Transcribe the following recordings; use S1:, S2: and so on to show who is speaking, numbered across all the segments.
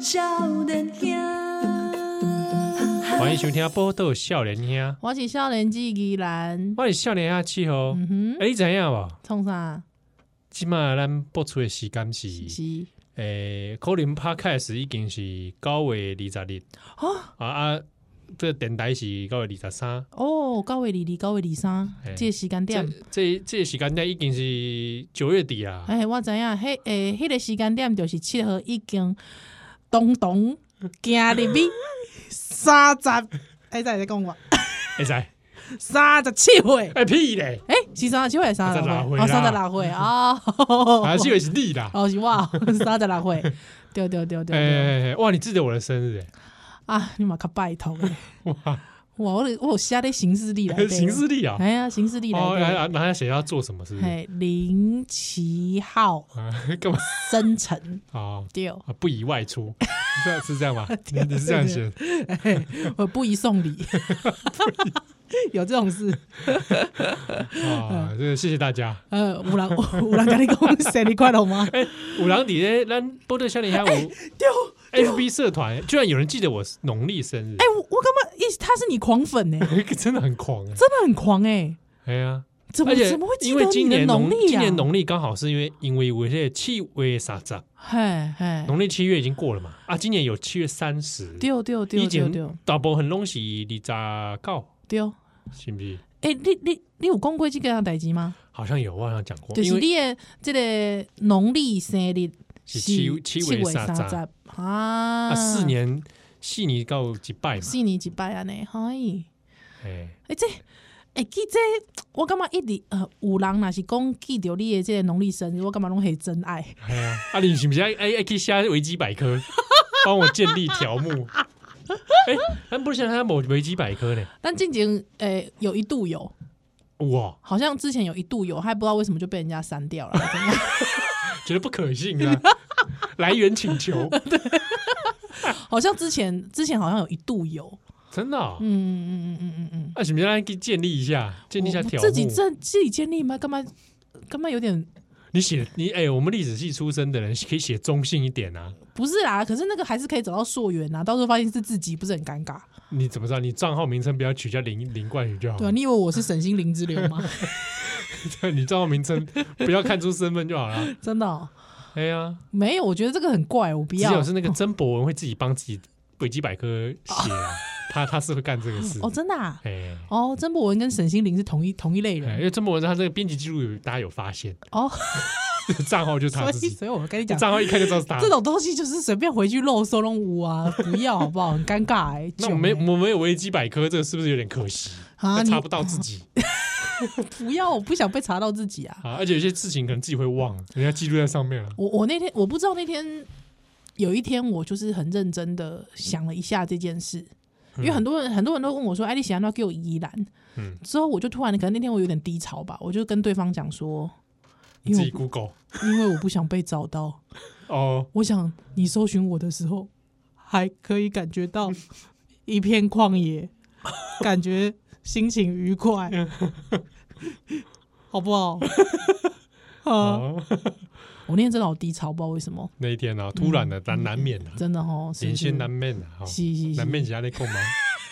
S1: 少年兄，
S2: 欢迎收听《波豆笑脸兄》，
S3: 我是少年纪依然，
S2: 我是笑脸兄气候。
S3: 嗯哼，
S2: 哎，你知影无？
S3: 冲啥？
S2: 即马咱播出的时间是
S3: 是
S2: 诶，可能 Podcast 已经是九月二十日
S3: 啊
S2: 啊啊，这电台是九月二十三。
S3: 哦，高位二二，高位二三
S2: 嘿，
S3: 这个时间
S2: 这
S3: 点，
S2: 这这个时间点已经是九月底啊，
S3: 哎，我知影，迄诶，迄个时间点就是七号已经咚咚行入去三十，哎，再来讲我
S2: 会知？
S3: 三十七岁，
S2: 哎屁咧，
S3: 哎，是三十七岁，还是三十六岁，
S2: 三
S3: 哦，三
S2: 十
S3: 十
S2: 六
S3: 六岁啊，
S2: 啊，这个是你啦。
S3: 哦，是我 三十六岁，对对对对对，
S2: 哎，哇，你记得我的生日欸？
S3: 啊，你嘛较拜托诶，
S2: 哇，
S3: 哇，我有我有写咧行事历 来底，
S2: 行事历啊！
S3: 哎呀，行事历来
S2: 哦，
S3: 底
S2: 然后然后写要做什么，是不是？
S3: 嘿，林奇浩
S2: 啊，干嘛？
S3: 生辰
S2: 哦，
S3: 对，
S2: 啊，不宜外 出，是是这样吗？你
S3: 对
S2: 你是这样写？
S3: 我不宜送礼， 有这种事？ 嗯
S2: 啊，这个谢谢大家。
S3: 呃，五郎 五郎跟你讲生日快乐吗？
S2: 哎，五郎底咧，咱波特少年 下午
S3: 对，
S2: FB 社团居然有人记得我农历生日
S3: 哎，，我我干嘛？一他是你狂粉呢、
S2: 真的很狂哎！
S3: 真的很狂哎、
S2: 哎呀，
S3: 怎么
S2: 而且
S3: 怎么会记
S2: 因
S3: 得
S2: 为今
S3: 你的
S2: 年农
S3: 农历
S2: 今
S3: 啊？
S2: 年农历刚好是因为因为我这七月三十，
S3: 哎嘿嘿，
S2: 农历七月已经过了嘛啊，今年有七月三十，
S3: 对对对
S2: 以
S3: 对
S2: 前
S3: 对
S2: 大部分拢是二十九，
S3: 对，
S2: 是不是？
S3: 哎、你你你有讲过这个代志吗？
S2: 好像有，我好像讲过，
S3: 就
S2: 因
S3: 是
S2: 为
S3: 你的这个农历生日
S2: 是七七月
S3: 月
S2: 三十
S3: 十啊
S2: 啊四年四年到一拜嘛，
S3: 四年一摆安尼，嗨，
S2: 哎，
S3: 哎这，哎记这，我感觉一直呃有人若是讲记着你的这个农历生日，我感觉拢是真爱。
S2: 哎呀， 啊你是不是爱爱爱去写维基百 科，帮我建立条目？ 哎，咱不是他某维基百科呢？
S3: 但进前诶有一度有，
S2: 哇，
S3: 好像之前有一度有，还不知道为什么就被人家删掉了。怎样
S2: 觉得不可信啊！来源请求，
S3: 好像之前之前好像有一度有，
S2: 真的啊，
S3: 嗯嗯嗯嗯嗯嗯
S2: 啊，是不是咱去建立一下，建
S3: 嗯，
S2: 立一下
S3: 我
S2: 条
S3: 我自己
S2: 目？
S3: 自自己建立吗？干嘛干嘛有点
S2: 你写你哎，我们历史系出身的人可以写中性一点啊。
S3: 不是啦？可是那个还是可以找到溯源啊，到时候发现是自己，不是很尴尬？
S2: 你怎么知道？你账号名称不要取叫林林冠宇就好
S3: 对啊，啊
S2: 了。
S3: 你以为我是沈心灵之流吗？
S2: 你账号名称不要看出身份就好了。
S3: 真的哦、
S2: 哎呀，
S3: 没有，我觉得这个很怪，我不
S2: 只
S3: 要。
S2: 有是那个曾博文会自己帮自己维基百科写 啊，他他是会干这个事
S3: 哦，。真的、啊、
S2: 哎，
S3: 哦，曾博文跟沈心凌是同一同一类
S2: 哎因
S3: 人
S2: 为曾博文他这个编辑记录有大家有发现，
S3: 哦，
S2: 账号就是他啊
S3: 所
S2: 自
S3: 以
S2: 己，
S3: 所以我跟你讲，
S2: 账号一看就知道是他
S3: 这。种东西就是随便回去漏收拢无啊，不要好不好？很尴尬哎、欸，
S2: 那
S3: 囧
S2: 我没
S3: 欸
S2: 我没有维基百科，这个是不是有点可惜？
S3: 啊，
S2: 那
S3: 你
S2: 查不到自 己
S3: 不要，我不想被查到自己啊。
S2: 啊，而且有些事情可能自己会忘，人家记录在上面了。
S3: 我我那天我不知道那天有一天我就是很认真的想了一下这件事，因为很多人很多人都问我说：“哎，你喜欢要给我宜兰？”
S2: 嗯
S3: 之后我就突然可能那天我有点低潮吧，我就跟对方讲说，
S2: 你
S3: 因
S2: 自
S3: 为
S2: 己
S3: 我
S2: Google
S3: 因为我不想被找到。
S2: 哦，
S3: 我想你搜寻我的时候，还可以感觉到一片旷野，感觉心情 愉快，好不好？啊！
S2: 哦，
S3: 我那天真的好低潮，不知道为什么，
S2: 那一天
S3: 嗯
S2: 啊，突然的，难难免的，
S3: 真的哦，
S2: 人心难
S3: 难
S2: 免的，哈
S3: 是是是
S2: 难免是安尼讲吗？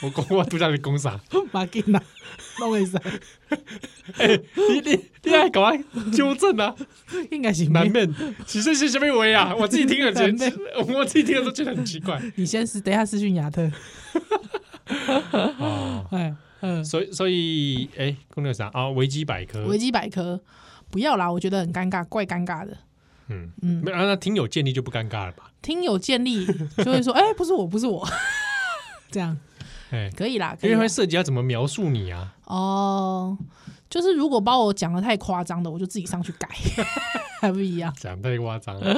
S2: 我讲我拄则咧讲 啥？
S3: 马吉娜，弄 会使，
S2: 哎你你你还搞我纠正啊？
S3: 应该是
S2: 难
S3: 没。
S2: 免，其实是什么为 啊？我自己听了觉
S3: 难
S2: 得， 我自己听了都觉得很奇 怪
S3: 你先私，等一下私讯亚 特，
S2: 啊。
S3: 哎，嗯，
S2: 所以所以，哎，讲到啥啊？维基百科，
S3: 呃维基百科，不要啦，我觉得很尴尬，怪尴尬的。
S2: 嗯嗯，
S3: 嗯
S2: 没有啊那听友建立就不尴尬了吧？
S3: 听友建 立就会说，哎，不是我，不是 我，这样
S2: 哎，
S3: 可以啦，可
S2: 因为
S3: 以啦
S2: 会涉及要怎么描述你啊？
S3: 哦，就是如果把我讲的太夸张的，我就自己上 去改，还不一样。
S2: 讲太夸张了。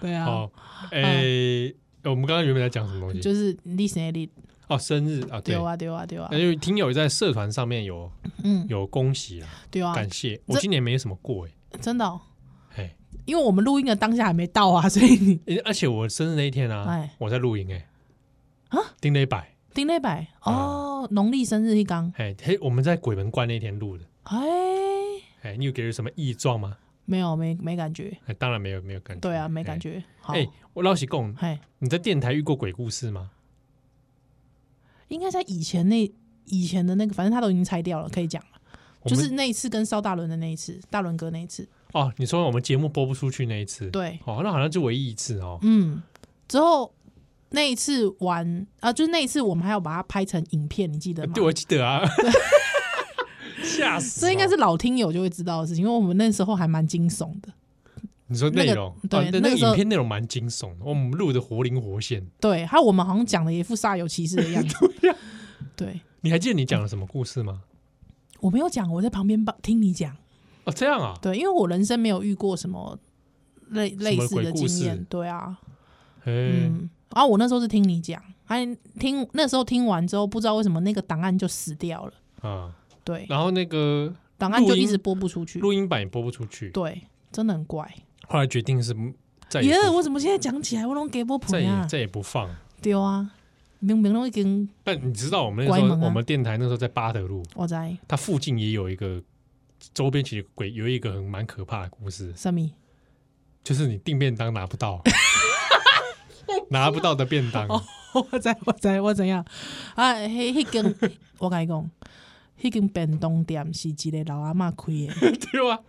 S3: 对 啊，
S2: 哦，哎，我们刚刚原本在讲什么东西？
S3: 就是你生日
S2: 哦，生日啊，对
S3: 对。啊对啊对啊
S2: 那，因为听友在社团上面有
S3: 嗯
S2: 有恭喜啊，
S3: 对啊，
S2: 感谢。我
S3: 这
S2: 今年没什么过哎
S3: 真的哦、
S2: 哎
S3: 因为我们录音的当下还没到啊， 所以你
S2: 诶，而且我生日那一天啊
S3: 哎，
S2: 我在露营哎，
S3: 啊，
S2: 丁磊百
S3: 丁磊百哦，农历生日一刚，
S2: 哎嘿，我们在鬼门关那天录的。
S3: 哎，
S2: 哎，你有给人什么异状吗？
S3: 没有没没感觉，
S2: 哎当然没有没有感觉。
S3: 对啊，没感觉。好，
S2: 哎。哎，我老实讲，
S3: 嘿，
S2: 你在电台遇过鬼故事吗？
S3: 应该在以前那以前的那个，反正他都已经拆掉了，可以讲了。
S2: 我
S3: 就
S2: 们
S3: 是那一次跟烧大伦的那一次，大伦哥那一次，
S2: 哦，你说我们节目播不出去那一次，，
S3: 对，
S2: 哦，那好像就唯一一次哦。
S3: 嗯，之后那一次玩啊，就是那一次我们还要把它拍成影片，你记得吗？
S2: 对，我记得啊， 吓死！哦
S3: 这应该是老听友就会知道的事情，因为我们那时候还蛮惊悚的。
S2: 你说内容，
S3: 那个对
S2: 哦那
S3: 那
S2: 个
S3: 个时候
S2: 影片内容蛮惊悚的，我们录的活灵活现。
S3: 对，还有我们好像讲的一副煞有其事的样 子。
S2: 啊
S3: 对，
S2: 你还记得你讲了什么故事吗？
S3: 我没有讲，我在旁边帮听你讲。
S2: 哦，这样啊，
S3: 对，因为我人生没有遇过什么类类
S2: 什么
S3: 似
S2: 鬼
S3: 的
S2: 故
S3: 经验
S2: 事。
S3: 对啊，
S2: 哎，
S3: 嗯，然后我那时候是听你讲，还听那时候听完之后，不知道为什么那个档案就死掉了。
S2: 啊，
S3: 对，
S2: 然后那个
S3: 档案就
S2: 录音
S3: 一直播不出去。
S2: 录音版也播不出去，
S3: 对，真的很怪。
S2: 后来决定是再
S3: 耶
S2: 也不
S3: 我怎么现在讲起来我都给波
S2: 再
S3: 朋
S2: 也
S3: 啊？
S2: 再也不放。
S3: 对啊，明明都已经
S2: 但你知道我们那时候
S3: 关门啊
S2: 我们电台那时候在八德路，
S3: 我在
S2: 它附近也有一个周边其实鬼有一个很蛮可怕的故事，
S3: 什么？
S2: 就是你订便当拿不到，拿不到的便当，
S3: 哦我知我知我知影啊，迄迄间我甲你讲，迄间便当店是一个老阿嬷开的。
S2: 对吧？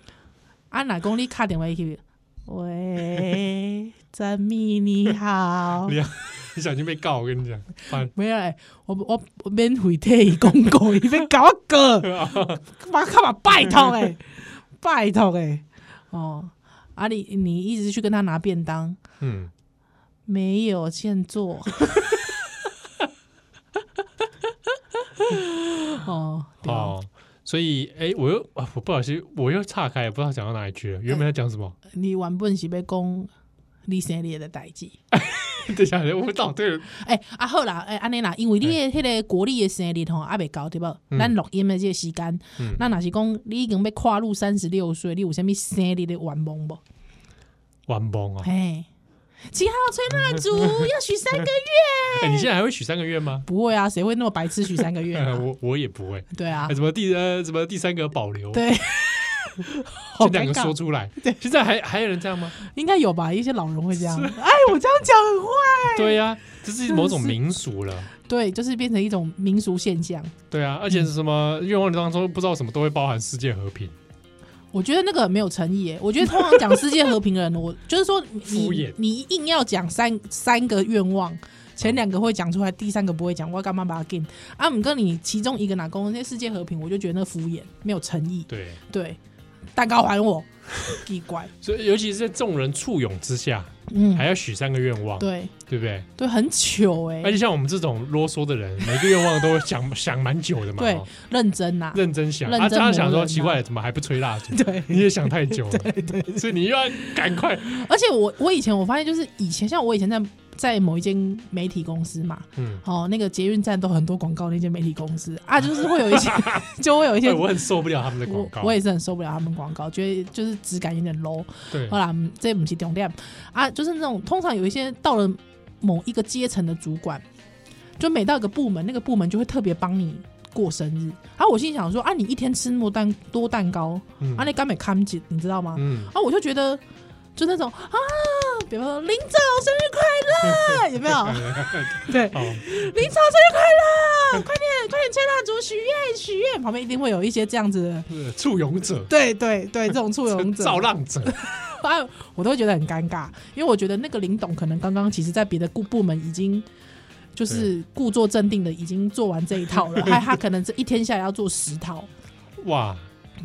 S3: 啊，若讲你敲电话去，喂， 詹米你好
S2: 你，你小心被告，我跟你讲，反
S3: 没有嘞，我我我免费替伊广告，伊要甲我过，我靠嘛，拜托诶，拜托诶，哦，啊你你一直去跟他拿便当，
S2: 嗯，
S3: 没有现做。哦，对啊，
S2: 哦，所以哎、我又啊，我不小心我又岔开，不知道讲到哪里去
S3: 哎
S2: 了。原本要讲什么？
S3: 你原本是要讲你生日的代志。
S2: 等一下，我到对了，
S3: 哎、啊好啦，哎、安尼啦，因为你的迄个国历的生日吼，还袂到对无？咱录音的这个时间
S2: 嗯，
S3: 咱若是讲你已经要跨入三十六岁，你有啥物生日的愿望无？
S2: 哦玩崩哦！
S3: 嘿，七号吹蜡 烛要许三个月？
S2: 哎、你现在还会许三个月吗？
S3: 不会啊，谁会那么白痴许三个月、
S2: 呃
S3: 啊？
S2: 我我也不会。
S3: 对啊
S2: 哎，什么第呃，什么第三个保留？
S3: 对，
S2: 这
S3: 好
S2: 两
S3: 尴
S2: 个说
S3: 尬，
S2: 出来。现在还还有人这样吗？
S3: 应该有吧？一些老人会这样。哎，我这样讲很坏。
S2: 对呀、这是
S3: 的
S2: 某种
S3: 是
S2: 民俗了。
S3: 对，就是变成一种民俗现象。
S2: 对啊，而且是什么愿望当中不知道什么都会包含世界和平，
S3: 我觉得那个很没有诚意耶。我觉得通常讲世界和平 的人，我就是说你
S2: 敷衍
S3: 你硬要讲三三个愿望，前两个会讲出来，第三个不会讲，我干嘛把它给啊？姆哥，你其中一个哪公那世界和平，我就觉得那敷衍，没有诚意。
S2: 对，
S3: 对，蛋糕 还我，奇怪。
S2: 所以尤其是在众人簇拥之下，
S3: 嗯
S2: 还，要许三个愿望，
S3: 对
S2: 对不对？
S3: 对，很糗哎、
S2: 而且像我们这种啰嗦的人，每个愿望都想想蛮久的嘛，
S3: 对
S2: 哦，
S3: 认真呐、
S2: 认真想，
S3: 认
S2: 啊，这
S3: 真
S2: 样想
S3: 磨
S2: 说
S3: 人
S2: 奇
S3: 啊
S2: 怪，怎么还不吹蜡烛？
S3: 对，
S2: 你也想太久 了，对对，所以你又要赶快，
S3: 而且我我以前我发现就是以前像我以前在在某一间媒体公司嘛，
S2: 嗯，
S3: 哦，那个捷运站都很多广告，那间媒体公司啊，就是会有一些 就会有一些
S2: 哎我很受不了他们的广
S3: 我
S2: 告，
S3: 我也是很受不了他们广告，觉得就是质感有点 low。
S2: 对
S3: 好，啦，嗯这不是重点啊，就是那种通常有一些到了某一个阶层的主管，就每到一个部门，那个部门就会特别帮你过生日。啊，我心想说啊，你一天吃那么蛋多蛋糕，
S2: 嗯
S3: 啊，那根本看不起，你知道吗？
S2: 嗯，
S3: 啊，我就觉得就那种啊，比如说林总生日 快乐，有没有？对，
S2: 哦，
S3: 林总生日快乐，快 点快点吹蜡烛许愿许愿，旁边一定会有一些这样子的。
S2: 呃簇拥者，
S3: 对对对，这种簇拥者，
S2: 造浪者，
S3: 啊，我都会觉得很尴尬，因为我觉得那个林董可能刚刚其实在别的部部门已经就是故作镇定的已经做完这一套 了，还他可能这一天下来要做十套，
S2: 哇，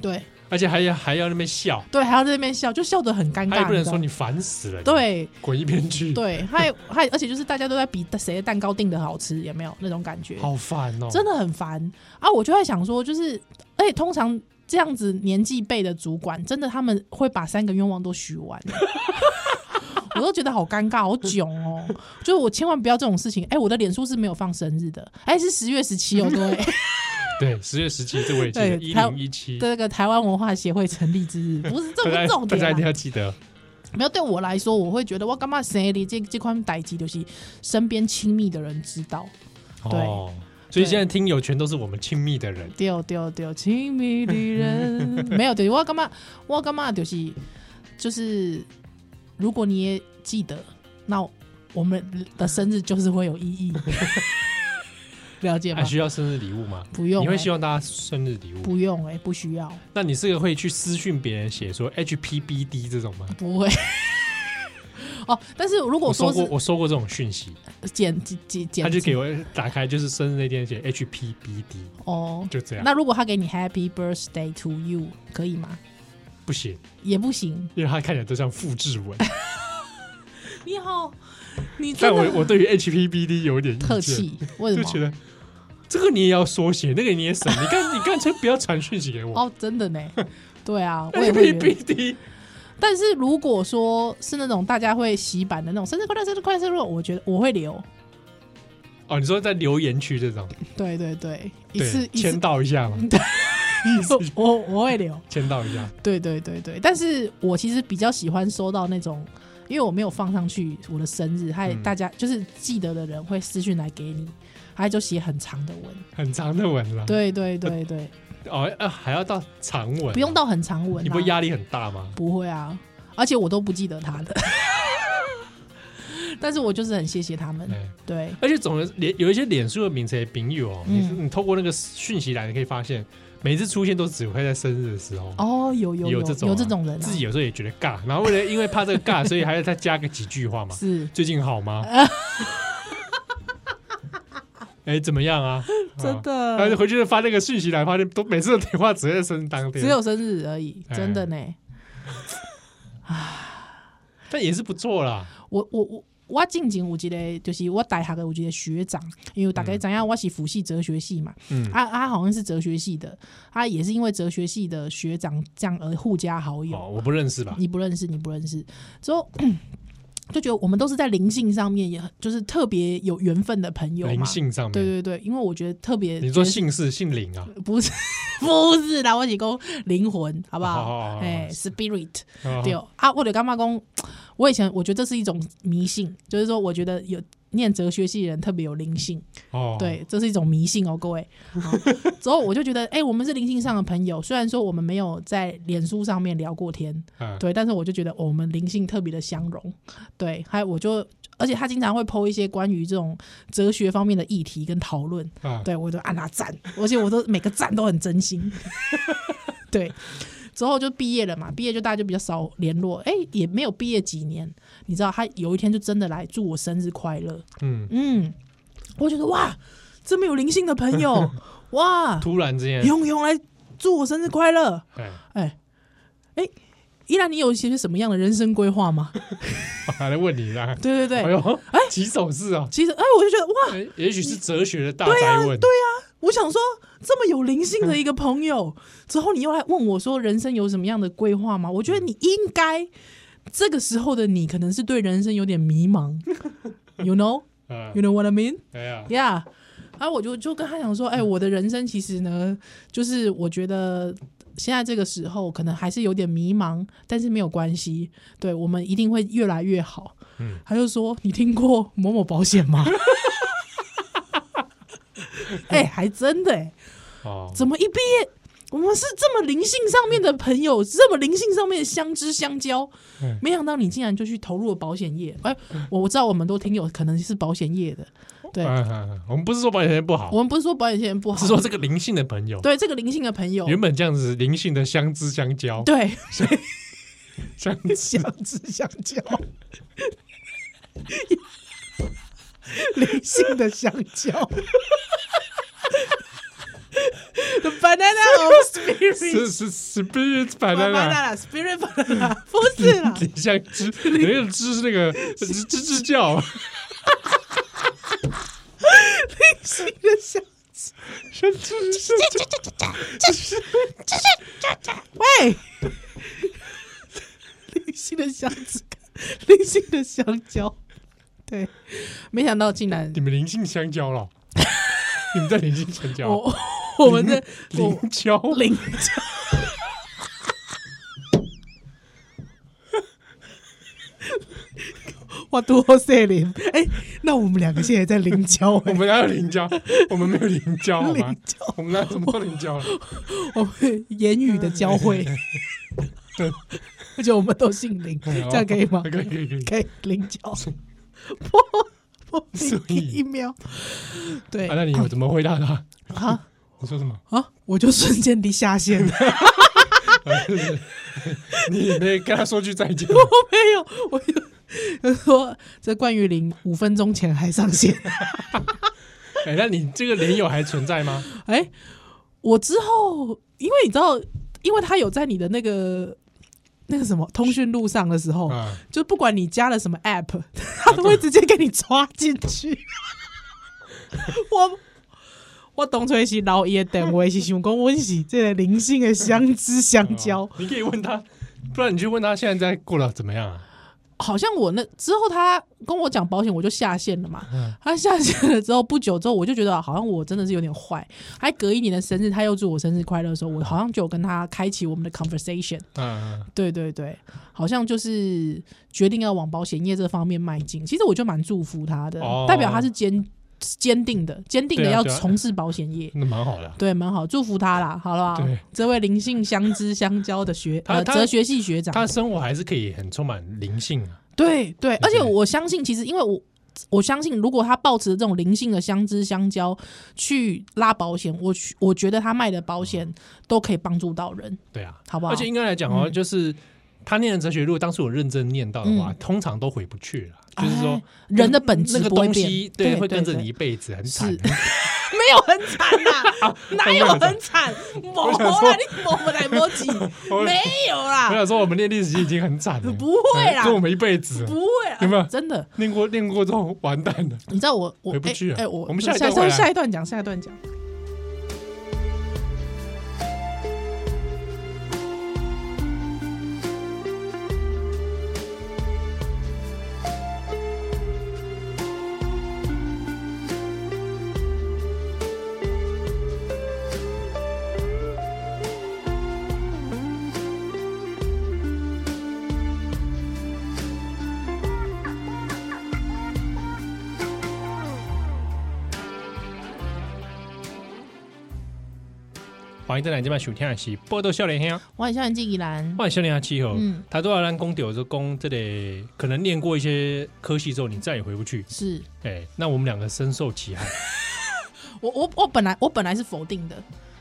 S3: 对
S2: 而且还要还要那边笑，
S3: 对，还要在那边笑，就笑得很尴
S2: 他也
S3: 尬，
S2: 不能说
S3: 你
S2: 你烦死了，
S3: 知道吗。对
S2: 滚一边去，
S3: 对，还还而且就是大家都在比谁的蛋糕订的好吃，有没有那种感觉？
S2: 好烦哦，
S3: 真的很烦啊！我就在想说，就是而且通常这样子年纪辈的主管，真的他们会把三个愿望都许完。 我都觉得好尴尬，好囧哦！就是我千万不要这种事情。哎、我的脸书是没有放生日的，哎、是十月十七 哦，各位，
S2: 对，十月十七，这我也记得，一
S3: 对他
S2: 零一七，
S3: 对那个台湾文化协会成立之日，不是
S2: 大
S3: 这不
S2: 家
S3: 是重
S2: 大
S3: 点、
S2: 家一定
S3: 啊。
S2: 要记得，
S3: 没有对我来说，我会觉得我干嘛生日这这款代际，就是身边亲密的人知道。对
S2: 哦，所以现在听友全都是我们亲密的人，
S3: 丢丢丢，亲密的人没有对，我感觉我感觉就是就是如果你也记得，那我们的生日就是会有意义，了解吗
S2: 还？需要生日礼物吗？
S3: 不用、
S2: 你会
S3: 欸，
S2: 希望大家生日礼物？
S3: 不用哎、不需要，
S2: 那你是个会去私讯别人写说 HPBD 这种吗？
S3: 不会。 哦，但是如果
S2: 我
S3: 说
S2: 收过，
S3: 是
S2: 我收过这种讯息，
S3: 减减减，剪
S2: 他就
S3: 辑
S2: 给我打开，就是生日那天写 HPBD，
S3: 哦。
S2: 就这样。
S3: 那如果他给你 Happy Birthday to you，可以吗？
S2: 不行，
S3: 也不行。
S2: 因为他看起来都像复制 文。
S3: 你好，你
S2: 但
S3: 真
S2: 我
S3: 的
S2: 我对于 HPBD 有点意见
S3: 特，气，为什
S2: 就觉
S3: 么？
S2: 得这个你也要缩写，那个你也 省，你干你干脆不要传讯息给我。
S3: 哦，真 的呢。对啊，我也会觉得。
S2: HPBD
S3: 但是如果说是那种大家会洗版的那种生日快乐、生日快乐、生日快乐，我觉得我会 留。
S2: 哦，你说在留言区这种，
S3: 对对对，一次
S2: 对，
S3: 一
S2: 签
S3: 次，
S2: 到一下嘛，
S3: 我我会留。
S2: 签到一下。
S3: 对对对对，但是我其实比较喜欢收到那种，因为我没有放上去我的生日，还
S2: 嗯
S3: 大家、就是记得的人会私讯来给你，还就写很长的文。
S2: 很长的文了，
S3: 对对对 对，
S2: 哦，呃，还要到长文，
S3: 不用，到很长文、啊，
S2: 你不会压力很大吗？
S3: 不会啊，而且我都不记得他的。 但是我就是很谢谢他们，
S2: 对，
S3: 对，
S2: 而且总的脸有一些脸书的名称名友哦，你
S3: 嗯
S2: 你透过那个讯息栏，你可以发现每次出现都只会在生日的时候，
S3: 哦，有有
S2: 有
S3: 有
S2: 这种啊
S3: 这种人、啊，
S2: 自己有时候也觉得尬，然后为了因为怕这个 尬，所以还要再加个几句话嘛。
S3: 是
S2: 最近好吗？ 哎，怎么样啊？
S3: 真
S2: 啊。
S3: 的，
S2: 然后回去就发那个讯息来，发现都每次的电话只会在生日当天，
S3: 只有生日而已，
S2: 哎
S3: 真的呢。
S2: 但也是不错啦。
S3: 我我我我近前有一个，就是我大学的有一个学长，因为大概怎样，我是辅系哲学系嘛，
S2: 嗯，
S3: 他他好像是哲学系的，他也是因为哲学系的学长这样而互加好友。
S2: 哦，我不认识吧？
S3: 你不认识，你不认识，之后就觉得我们都是在灵性上面，也就是特别有缘分的朋友
S2: 灵
S3: 嘛。
S2: 性上面，
S3: 对对对，因为我觉得特别，
S2: 你说姓氏姓林啊？
S3: 不是不是啦，我是讲灵魂，好不
S2: 好好好
S3: 好
S2: 好？
S3: 哎，spirit。
S2: 啊
S3: 对啊，我的干妈公，我以前我觉得这是一种迷信，就是说我觉得有念哲学系的人特别有灵性，
S2: 哦，
S3: 哎对，这是一种迷信哦，各位。好之后我就觉得，哎、我们是灵性上的朋友，虽然说我们没有在脸书上面聊过天，
S2: 嗯，
S3: 对，但是我就觉得、哦我们灵性特别的相融，对，还有我就。而且他经常会剖一些关于这种哲学方面的议题跟讨论，
S2: 啊，
S3: 对我都按他赞，而且我都每个赞都很真心。 对，之后就毕业了嘛，毕业就大家就比较少联络，哎、也没有毕业几年，你知道他有一天就真的来祝我生日快乐，
S2: 嗯，
S3: 嗯，我觉得哇，这么有灵性的朋友，哇，
S2: 突然之间，
S3: 勇勇来祝我生日快乐，
S2: 哎，
S3: 哎、哎，依然你有一些什么样的人生规划吗？
S2: 我还来问你啦，
S3: 对对
S2: 哎
S3: 对，
S2: 呦，起手势哦，
S3: 其实哎、我就觉得哇，
S2: 哎也许是哲学的大灾问，对呀，
S3: 我想说，这么有灵性的一个朋友，之后你又来问我说人生有什么样的规划吗？我觉得你应该这个时候的你，可能是对人生有点迷茫 ，you know，you
S2: 啊，
S3: know what I mean？
S2: 哎呀，
S3: Yeah，啊，我就就跟他讲说，哎、我的人生其实呢，就是我觉得现在这个时候可能还是有点迷茫，但是没有关系，对我们一定会越来越好。
S2: 嗯
S3: 他就说，你听过某某保险吗？ 哎、还真的、哎，
S2: 哦，
S3: 怎么一毕业？我们是这么灵性上面的朋友，这么灵性上面的相知相交
S2: 嗯，
S3: 没想到你竟然就去投入了保险业。哎、我我知道我们都听友可能是保险业的，对，
S2: 嗯嗯嗯我们不是说保险业不好
S3: 我，们不是说保险线不好，
S2: 是说这个灵性的朋友，
S3: 对这个灵性的朋友，
S2: 原本这样子灵性的相知相交，
S3: 哦对
S2: 相
S3: 相知相交，灵性的相交。The banana of spirit，
S2: 是是 spirit banana。
S3: banana spirit banana，不是 啦，
S2: 你像知，那个知是那个 吱吱吱叫，
S3: 灵性的相。
S2: 像吱吱吱叫
S3: 喂， 灵性的相知，灵性的相交，对，没想到竟然
S2: 你们灵性相交 了，你们在灵性相交，
S3: 我我们的我
S2: 灵交，
S3: 灵 哇，多塞林！哎、那我们两个现在在灵 交、
S2: 我
S3: 哎，
S2: 们哪有灵交？我们没有灵交好吗
S3: 灵？交
S2: 我们哪有什么灵交了？
S3: 我们言语的交汇。而且我们都姓林，
S2: 哎
S3: 这样可以 吗？
S2: 可以可以可以。
S3: 可以菱角破破
S2: 所以
S3: 一秒，对
S2: 啊，那你怎么回答他？
S3: 啊
S2: 你说什 么？
S3: 啊！我就瞬间离下线了，
S2: 你也没跟他说句再 见。
S3: 我没有，我就就说这冠玉林五分钟前还上线，
S2: 哎，那你这个连友还存在吗？
S3: 哎、我之后因为你知道，因为他有在你的那个那个什么通讯录上的时候，
S2: 啊，
S3: 就不管你加了什么 app，他都会直接给你抓进去。 我我东吹西捞也等，我是想讲我是这个灵性的相知相交
S2: 哦。你可以问他，不然你去问他现在在过得怎么样啊？
S3: 好像我那之后他跟我讲保险，我就下线了嘛
S2: 嗯。
S3: 他下线了之后不久之后，我就觉得好像我真的是有点坏。还隔一年的生日，他又祝我生日快乐的时候，我好像就有跟他开启我们的 conversation。
S2: 嗯，
S3: 对对对，好像就是决定要往保险业这方面迈进。其实我就蛮祝福他的，
S2: 哦
S3: 代表他是坚坚定的，坚定的
S2: 对啊
S3: 要
S2: 对啊
S3: 从事保险业。
S2: 那蛮好的啊。
S3: 对，蛮好，祝福他啦，好了
S2: 对，
S3: 这位灵性相知相交的学
S2: 他
S3: 呃
S2: 他
S3: 哲学系学长，
S2: 他的生活还是可以很充满灵性啊。
S3: 对对，而且
S2: 对
S3: 我相信，其实因为我我相信，如果他抱持这种灵性的相知相交去拉保险，我去我觉得他卖的保
S2: 嗯
S3: 险都可以帮助到人，
S2: 对啊，
S3: 好不好？嗯
S2: 而且应该来讲哦，就是他念的哲学，如果当时我认真念到的话，
S3: 嗯
S2: 通常都回不去了。就是说
S3: 哎，人的本质
S2: 那个
S3: 不会
S2: 东
S3: 变
S2: 西，对，会跟着
S3: 对
S2: 你一辈子，很
S3: 是
S2: 惨。啊
S3: 没有很惨 呐、哪有很惨？磨
S2: 我想
S3: 啦，
S2: 说
S3: 你磨来磨去，
S2: 我
S3: 没有啦
S2: 我，想说，我们念历史系已经很惨了，
S3: 啊
S2: 哎
S3: 不会啦
S2: 跟我们一辈子
S3: 不会啦，
S2: 有没有
S3: 真的？
S2: 念过念过这种完蛋的。
S3: 你知道我我
S2: 回不去了
S3: 哎、哎我
S2: 我们
S3: 下
S2: 下一段回来
S3: 下一段讲，下一段讲。
S2: 欢迎再来这边收听的是《波多笑脸香》，
S3: 我很像纪怡兰，
S2: 欢迎笑脸香气候
S3: 嗯。
S2: 他都要让公屌就公这里，可能念过一些科系之后，你再也回不去。
S3: 是
S2: 哎，那我们两个深受其害。
S3: 我我我本来我本来是否定的，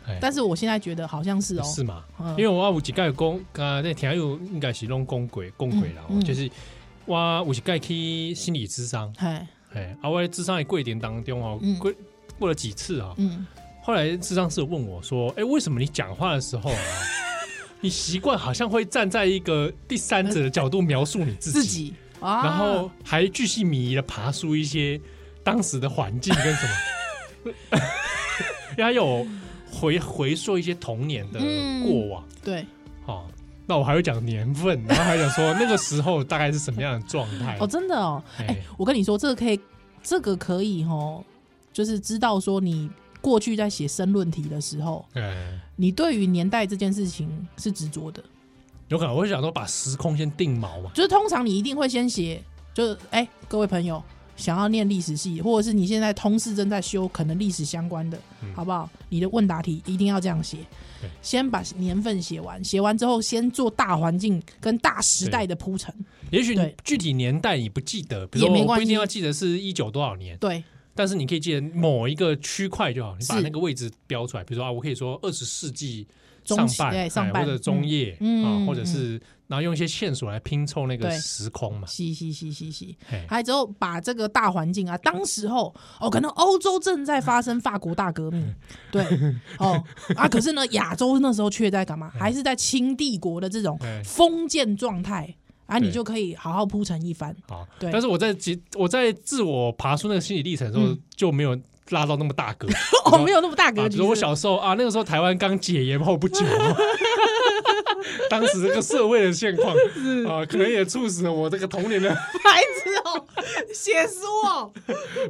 S2: 哎，
S3: 但是我现在觉得好像是哦，
S2: 是吗？
S3: 嗯
S2: 因为我有一盖公，啊，那听友应该是弄公鬼公鬼啦，
S3: 嗯嗯
S2: 就是我有一盖去心理咨商，
S3: 嗨，
S2: 哎，啊，我在咨商的过程当中哦
S3: 嗯，
S2: 过过了几次啊，
S3: 嗯，
S2: 后来咨商师问我说，哎，为什么你讲话的时候啊，你习惯好像会站在一个第三者的角度描述你自
S3: 自
S2: 己，
S3: 己啊，
S2: 然后还巨细靡遗的爬出一些当时的环境跟什么， 因为他有回回溯一些童年的
S3: 嗯
S2: 过往。
S3: 对，
S2: 哦，那我还会讲年份，然后还讲说那个时候大概是什么样的状态。
S3: 哦，真的哦，
S2: 哎、
S3: 哎、我跟你说，这个可以，这个可以哦，就是知道说你过去在写申论题的时候，
S2: 哎
S3: 你对于年代这件事情是执着的，
S2: 有可能我会想说把时空先定锚嘛。
S3: 就是通常你一定会先写，就是哎、各位朋友想要念历史系，或者是你现在通识正在修，可能历史相关的，
S2: 嗯
S3: 好不好？你的问答题一定要这样写
S2: 对，
S3: 先把年份写完，写完之后先做大环境跟大时代的铺陈，
S2: 也许你
S3: 对
S2: 具体年代你不记得，比如
S3: 也没
S2: 说我
S3: 关
S2: 不
S3: 系
S2: 一定要记得是一九多少年，
S3: 对，
S2: 但是你可以记得某一个区块就好，你把
S3: 是
S2: 那个位置标出来。比如说啊，我可以说二十世纪
S3: 中
S2: 上
S3: 期
S2: 半，
S3: 对
S2: 哎
S3: 上半
S2: 或者中叶、
S3: 嗯嗯
S2: 啊，或者是然后用一些线索来拼凑那个
S3: 对
S2: 时空嘛。
S3: 嘻嘻嘻嘻嘻。
S2: 哎，
S3: 还之后把这个大环境啊，当时候哦，可能欧洲正在发生法国大 革命，对，哦啊，可是呢，亚洲那时候却在干
S2: 嗯
S3: 嘛？还是在清帝国的这种
S2: 哎
S3: 封建状态啊，
S2: 对
S3: 你就可以好好铺陈一番。
S2: 好，
S3: 对
S2: 但是我在其我在自我爬出那个心理历程的时候，
S3: 嗯
S2: 就没有拉到那么大格局。
S3: 哦， 没有那么大
S2: 啊，
S3: 格
S2: 比
S3: 局。
S2: 如说我
S3: 是不是
S2: 小时候啊，那个时候台湾刚解严后不久 嘛，当时这个社会的现况啊，可能也促使了我这个童年的
S3: 白痴哦， 写书哦，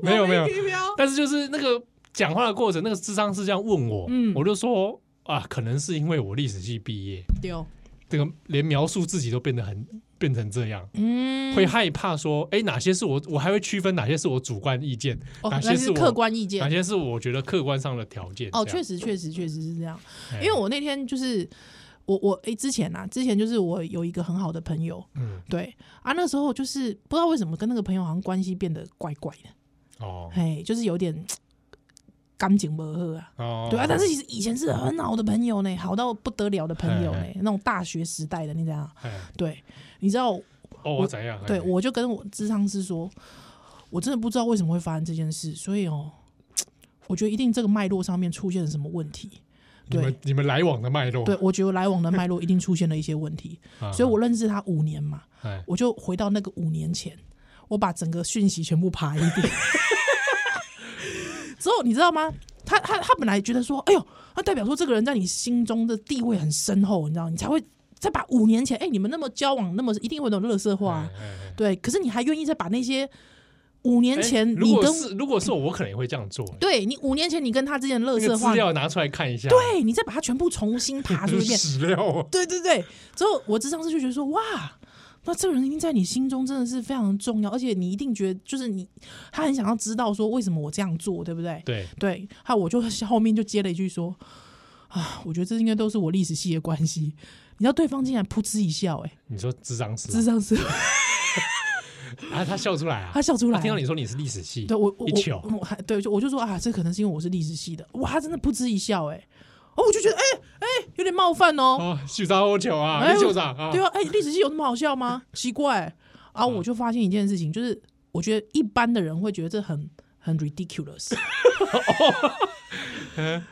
S2: 没有
S3: 我
S2: 没有，
S3: 听标
S2: 但是就是那个讲话的过程，那个智商是这样问我，
S3: 嗯
S2: 我就说啊，可能是因为我历史系毕业，
S3: 丢，
S2: 这个连描述自己都变得很变成这样。
S3: 嗯，
S2: 会害怕说，哎，哪些是我，我还会区分哪些是我主观意见，
S3: 哦，
S2: 哪些
S3: 那
S2: 是
S3: 是
S2: 啊我
S3: 客观意
S2: 哪
S3: 见。
S2: 些是我觉得客观上的条件。
S3: 哦，
S2: 这样
S3: 确，实，确实，确实是这样。
S2: 哎
S3: 因为我那天就是我我诶、之前啊，之前就是我有一个很好的朋友，
S2: 嗯，
S3: 对啊，那时候就是不知道为什么跟那个朋友好像关系变得怪怪的，
S2: 哦
S3: 哎，就是有点感情不合啊。
S2: 哦，
S3: 对啊，但是其实以前是很好的朋友呢，好到不得了的朋友呢
S2: 嘿，
S3: 那种大学时代的，你知道？
S2: 哎
S3: 对，你知道，
S2: 哦，我怎样？
S3: 对
S2: 哎
S3: 我就跟我智商师说，我真的不知道为什么会发生这件事，所以哦，我觉得一定这个脉络上面出现了什么问题。
S2: 你们你们来往的脉络，
S3: 对，我觉得来往的脉络一定出现了一些问题，
S2: 啊，
S3: 所以我认识他五年嘛，
S2: 哎
S3: 我就回到那个五年前，我把整个讯息全部爬一遍。 之后你知道吗？他他他本来觉得说，哎呦，那代表说这个人在你心中的地位很深厚，你知道，你才会再把五年前，哎、你们那么交往，那么一定会有那种乐色话、
S2: 哎哎哎
S3: 对。可是你还愿意再把那些五年
S2: 哎
S3: 前
S2: 如
S3: 你
S2: 果
S3: 跟、
S2: 是如果是我，我可能也会这样做。哎
S3: 对你五年前你跟他之间的乐
S2: 那个
S3: 色
S2: 资
S3: 话，
S2: 料拿出来看一下，
S3: 对你再把它全部重新爬出
S2: 就
S3: 一
S2: 是
S3: 遍，
S2: 史料啊。
S3: 对对对，之后我智商师就觉得说，哇，那这个人一定在你心中真的是非常重要，而且你一定觉得就是你，他很想要知道说为什么我这样做，对不对？
S2: 对，
S3: 对，还有我就后面就接了一句说，啊，我觉得这应该都是我历史系的关系。你知道对方竟然噗嗤一笑、欸，哎，
S2: 你说智商师
S3: 智商师
S2: 啊，他笑出来啊
S3: 他，笑出来
S2: 他
S3: 了，
S2: 听到你说你是历史系，
S3: 对我我
S2: 一糗
S3: 我我还对，就我就说啊，这可能是因为我是历史系的，哇，他真的噗嗤一笑、欸，哎，哦，我就觉得哎哎、有点冒犯哦，
S2: 哦，秀长好糗啊，
S3: 哎
S2: 李秀长啊，
S3: 对啊，哎、历史系有那么好笑 吗？奇怪啊！我就发现一件事情，就是我觉得一般的人会觉得这很很 ridiculous，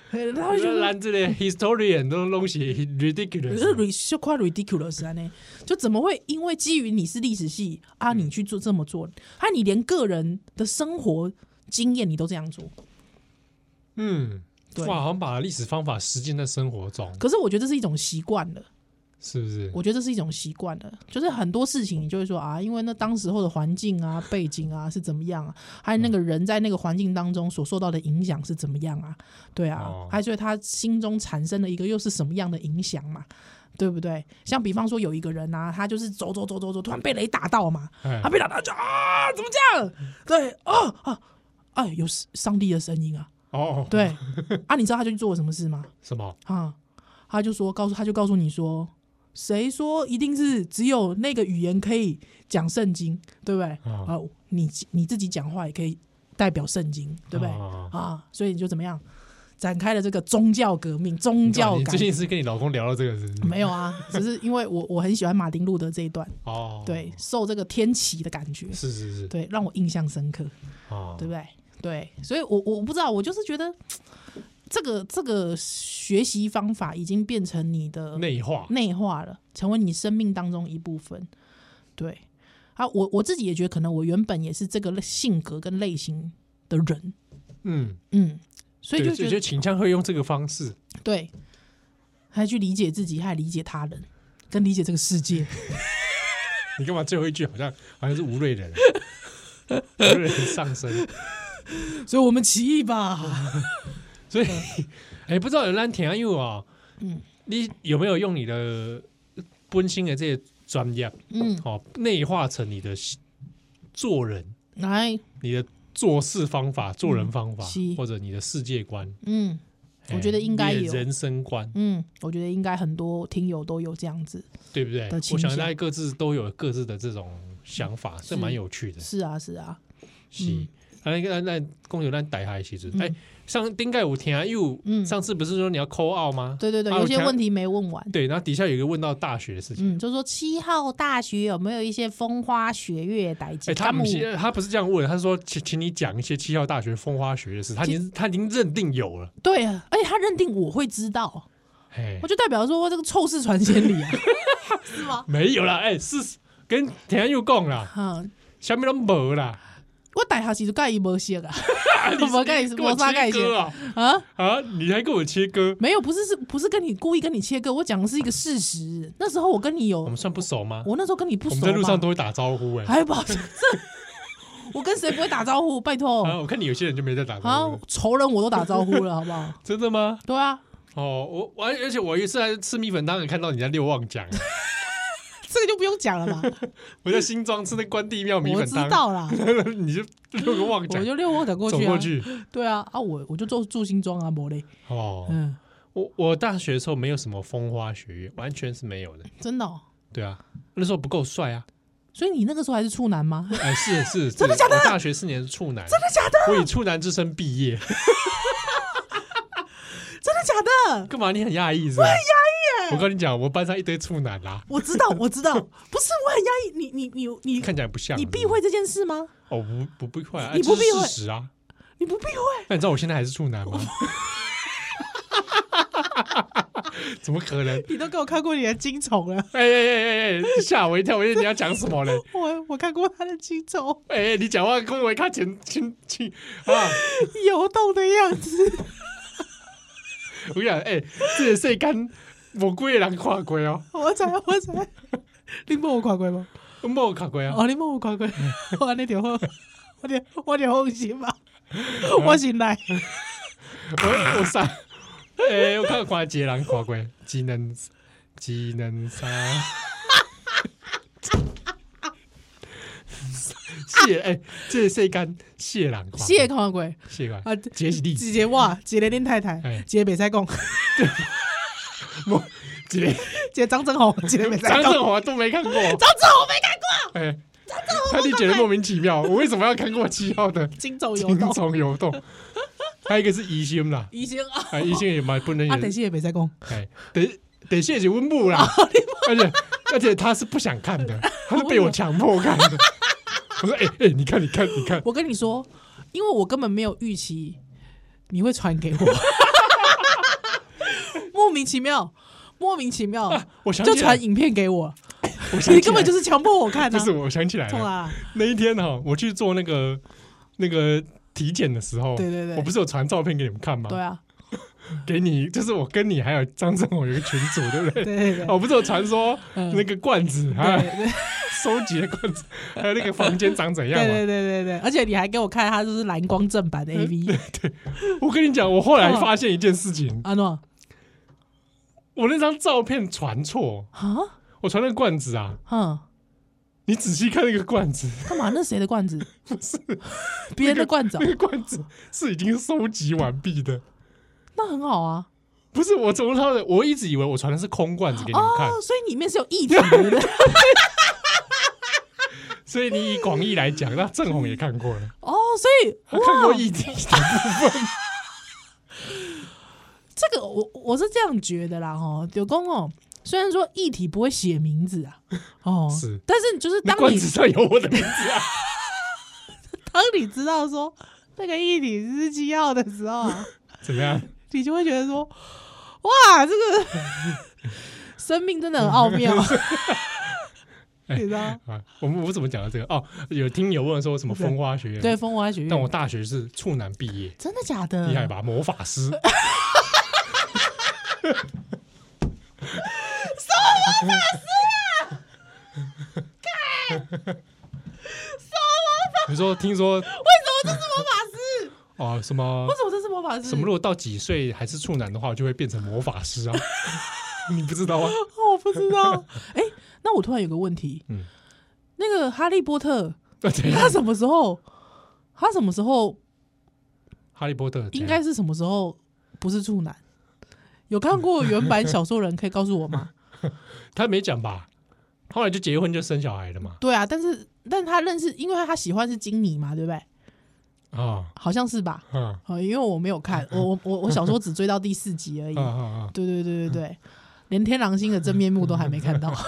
S3: 嘿他哦会觉
S2: 这
S3: 得
S2: 咱这个 historian 都东西
S3: 可
S2: ridiculous，
S3: 是 ri 就夸 ridiculous 啊呢，就怎么会因为基于你是历史系啊，你去做这么做，还你连个人的生活经验你都这样做，
S2: 嗯，
S3: 对
S2: 哇，好像把历史方法实践在生活中，
S3: 可是我觉得这是一种习惯了。
S2: 是不是？
S3: 我觉得这是一种习惯了，就是很多事情你就会说啊，因为那当时候的环境啊、背景啊是怎么样啊，还有那个人在那个环境当中所受到的影响是怎么样啊，对啊，
S2: 哦
S3: 还有所以他心中产生了一个又是什么样的影响嘛，对不对？像比方说有一个人啊，他就是走走走走走，突然被雷打到嘛，
S2: 哎
S3: 他被打到就啊，怎么这样？对，啊啊，哎，有上帝的声音啊，
S2: 哦，
S3: 对啊，你知道他就去做了什么事吗？
S2: 什么？
S3: 啊，他就说告诉他就告诉你说，谁说一定是只有那个语言可以讲圣经，对不对？
S2: 啊
S3: 啊，你你自己讲话也可以代表圣经，对不对？
S2: 哦
S3: 啊，所以你就怎么样，展开了这个宗教革命，宗教
S2: 你
S3: 感
S2: 最。近是跟你老公聊到这个是不是？
S3: 没有啊，只是因为我我很喜欢马丁路德这一段，
S2: 哦，
S3: 对，，受这个天启的感觉，
S2: 是是是，
S3: 对，让我印象深刻。
S2: 哦，
S3: 对不对？对，所以我我不知道，我就是觉得这个这个学习方法已经变成你的
S2: 内化，
S3: 内化了，成为你生命当中一部分。对啊，我我自己也觉得，可能我原本也是这个类性格跟类型的人，
S2: 嗯，
S3: 嗯，所以
S2: 对
S3: 就觉
S2: 就
S3: 得
S2: 倾向会用这个方式，
S3: 对，还去理解自己，还理解他人，跟理解这个世界。
S2: 你干嘛最后一句好像好像是吴瑞仁， 吴瑞仁上身，
S3: 所以我们起 义吧！
S2: 所以哎，不知道有咱听友啊，
S3: 嗯
S2: 你有没有用你的本身的这些专业，
S3: 嗯，
S2: 哦，内化成你的做人、
S3: 来，
S2: 你的做事方法、做人方法，
S3: 是
S2: 或者你的世界观，
S3: 嗯我觉得应该
S2: 哎你的
S3: 有
S2: 人生观，
S3: 嗯，我觉得应该很多听友都有这样子。
S2: 对不对？
S3: 的
S2: 我
S3: 倾
S2: 想
S3: 向
S2: 大家各自都有各自的这种想法，这蛮有趣的。
S3: 是啊，是啊，
S2: 是，那那那公牛咱逮下其实，
S3: 嗯
S2: 哎，上顶盖有听又，
S3: 嗯
S2: 上次不是说你要扣奥吗？
S3: 对对对，
S2: 啊
S3: 有
S2: 我
S3: 些
S2: 听
S3: 问题没问完。
S2: 对，然后底下有一个问到大学的事情，
S3: 嗯，就说七号大学有没有一些风花雪月代
S2: 哎，
S3: 际？
S2: 他不
S3: 们
S2: 是他不是这样问，他说请请你讲一些七校大学风花雪月的事，他已经他已经认定有了，
S3: 对啊，而且他认定我会知道，
S2: 哎
S3: 我，就代表说这个臭事传千 里啊，是吗？
S2: 没有啦，哎，是跟田安又讲啦，
S3: 嗯，
S2: 下面都没啦，
S3: 我大学时就盖伊无写啊， 我盖
S2: 跟我
S3: 我啥盖
S2: 切
S3: 写
S2: 割啊
S3: 啊？
S2: 啊！你还跟我切割，
S3: 没有，不是是不是跟你故意跟你切割，我讲的是一个事实。那时候我跟你有
S2: 我们，算不熟吗？
S3: 我那时候跟你不
S2: 我
S3: 熟
S2: 们
S3: 嘛，
S2: 在路上都会打招呼，哎，
S3: 还保这， 我跟谁不会打招呼？拜托
S2: 啊，我看你有些人就没在打招
S3: 啊
S2: 呼，，
S3: 仇人我都打招呼了，好不好？
S2: 真的吗？
S3: 对啊，
S2: 哦，我我而且我有一次还吃米粉汤，也看到你在六旺 讲，
S3: 这个就不用 讲了吧？
S2: 我在新庄吃那关帝庙米
S3: 我
S2: 粉
S3: 知
S2: 汤，
S3: 道啦，
S2: 你就六个旺讲
S3: 我就六号赶过
S2: 走
S3: 去啊，
S2: 过去，
S3: 对啊，啊我我就住住新庄啊，没嘞，
S2: 哦，
S3: 嗯，
S2: 我我大学的时候没有什么风花雪月，完全是没有的。
S3: 真的、哦。
S2: 对啊，那时候不够帅啊。
S3: 所以你那个时候还是处男吗？
S2: 哎，是是，是
S3: 真的假的
S2: 我大学四年是处男，真的假的？我以处男之身毕业，
S3: 真的假的？
S2: 干嘛？你很压抑是吧？我很压抑我跟你讲，我班上一堆处男啊啦，
S3: 我知道， 我知道，不是我很压抑。你你你你
S2: 看起来不像。
S3: 你
S2: 是不是
S3: 避讳这件事吗？
S2: 哦，不不避讳啊，
S3: 你不
S2: 这是
S3: 避讳
S2: 事实啊。
S3: 你不避讳？
S2: 那你知道我现在还是处男吗？ 怎么可能？
S3: 你都给我看过你的精虫了，
S2: 哎哎哎哎哎！吓我一跳！我以为你要讲什么嘞？
S3: 我我看过他的精虫
S2: 哎、哎你讲话跟我看前前前啊！
S3: 游动的样子。
S2: 我跟你讲，哎、这个世间无几个人看过哦，
S3: 我知我知，你摸我看过吗？
S2: 冇看过啊。
S3: 哦，你摸我看过，
S2: 嗯
S3: 我安尼就好， 我就我就放心吧，
S2: 嗯
S3: 我信赖。
S2: 我我三，哎、我看看一个人看过，只能只能三。谢哎、这个世间谢人看过，
S3: 谢看过
S2: 谢人
S3: 啊，
S2: 杰是你，
S3: 一个我，一个恁太太
S2: 哎，
S3: 一个袂使讲，
S2: 我一个
S3: 一个张正宏，一个袂使
S2: 张
S3: 讲。张正
S2: 振华都没看过，
S3: 宏我没看过，
S2: 哎、 他就觉得莫名其妙，我为什么要看过七号 的
S3: 金走游
S2: 精
S3: 动，
S2: 虫游动？还有一个是疑心啦，
S3: 医生啊，
S2: 啊，疑心也蛮不能
S3: 啊，等
S2: 也，
S3: 下也袂使讲。
S2: 哎，得得谢谢温布啦，
S3: 哦
S2: 而且而且他是不想看 的，他是被我强迫看的。我说，哎、哎、你看你看你看，
S3: 我跟你说，因为我根本没有预期你会传给 我，莫名其妙，莫名其妙、
S2: 啊我想
S3: 就
S2: 起来
S3: 传，影片给我，
S2: 我想
S3: 你
S2: 起
S3: 根
S2: 来
S3: 本就是强迫我看
S2: 不
S3: 啊！
S2: 是，我想起来
S3: 冲啊
S2: 了，
S3: 啦！
S2: 那一天哈、我去做那个那个体检的时候，
S3: 对对对
S2: 我不是有传照片给你们看吗？
S3: 对啊，
S2: 给你，就是我跟你还有张正宏有一个群组，对不对？
S3: 对对 对
S2: 哦，不是有传说
S3: 嗯
S2: 那个罐子啊，
S3: 对对
S2: 收集的罐子，还有那个房间长怎样
S3: 对
S2: 嘛？嗯
S3: 对对对，而且你还给我看他就是蓝光正版的 AV，
S2: 我跟你讲，我后来
S3: 哦
S2: 发现一件事情，
S3: 阿诺
S2: 我那张照片传错，
S3: 啊，
S2: 我传那个罐子啊，
S3: 哼，
S2: 你仔细看那个罐子，
S3: 干嘛？那谁的罐子？
S2: 不是
S3: 别人的罐子哦、
S2: 那个罐子是已经收集完毕的，
S3: 那很好啊。
S2: 不是我从头到尾，我一直以为我传的是空罐子给你们看，
S3: 哦，所以里面是有液 体的。
S2: 所以你以广义来讲，那正红也看过了，
S3: 哦，所以
S2: 他看过异体的，
S3: 这个我我是这样觉得啦，哦，柳公哦，虽然说议题不会写名字啊，哦，
S2: 是
S3: 但是就是
S2: 那
S3: 当
S2: 罐
S3: 你
S2: 子上有我的名字啊。
S3: 当你知道说那个议题是七号的时候 啊，
S2: 怎么样？
S3: 你就会觉得说，哇，这个 生命真的很奥妙， 你知道？
S2: 啊，我们我怎么讲到这个？哦，有听友问说什么风花雪月，
S3: 对，，风花雪
S2: 但
S3: 月，
S2: 我大学是处男毕业，
S3: 真的假的？
S2: 厉害？吧？魔法 师，什么魔法师啊？干什么魔法？你说听说
S3: 为什么这是魔法师？
S2: 哦什么
S3: 为什么这是魔法师？
S2: 什么？如果到几岁还是处男的话，就会变成魔法师 啊？你不知道啊？
S3: 哦，我不知 道。哎，那我突然有个问题，
S2: 嗯
S3: 那个哈利波特
S2: 那 怎样
S3: 他？什么时候？他什么时候
S2: 哈利波特怎
S3: 应
S2: 样
S3: 该是什么时候不是处男？有看过原版小说人可以告诉我吗？
S2: 他没讲吧？后来就结婚就生小孩了 嘛？
S3: 对啊，但是但是他认识，因为他喜欢是金妮嘛，对不对？
S2: 啊、哦，
S3: 好像是吧？
S2: 嗯。
S3: 哦，因为我没有 看，我我我我小说只追到第四集而已。
S2: 啊啊
S3: 对对对对对，连天狼星的真面目都还没看到。
S2: 啊！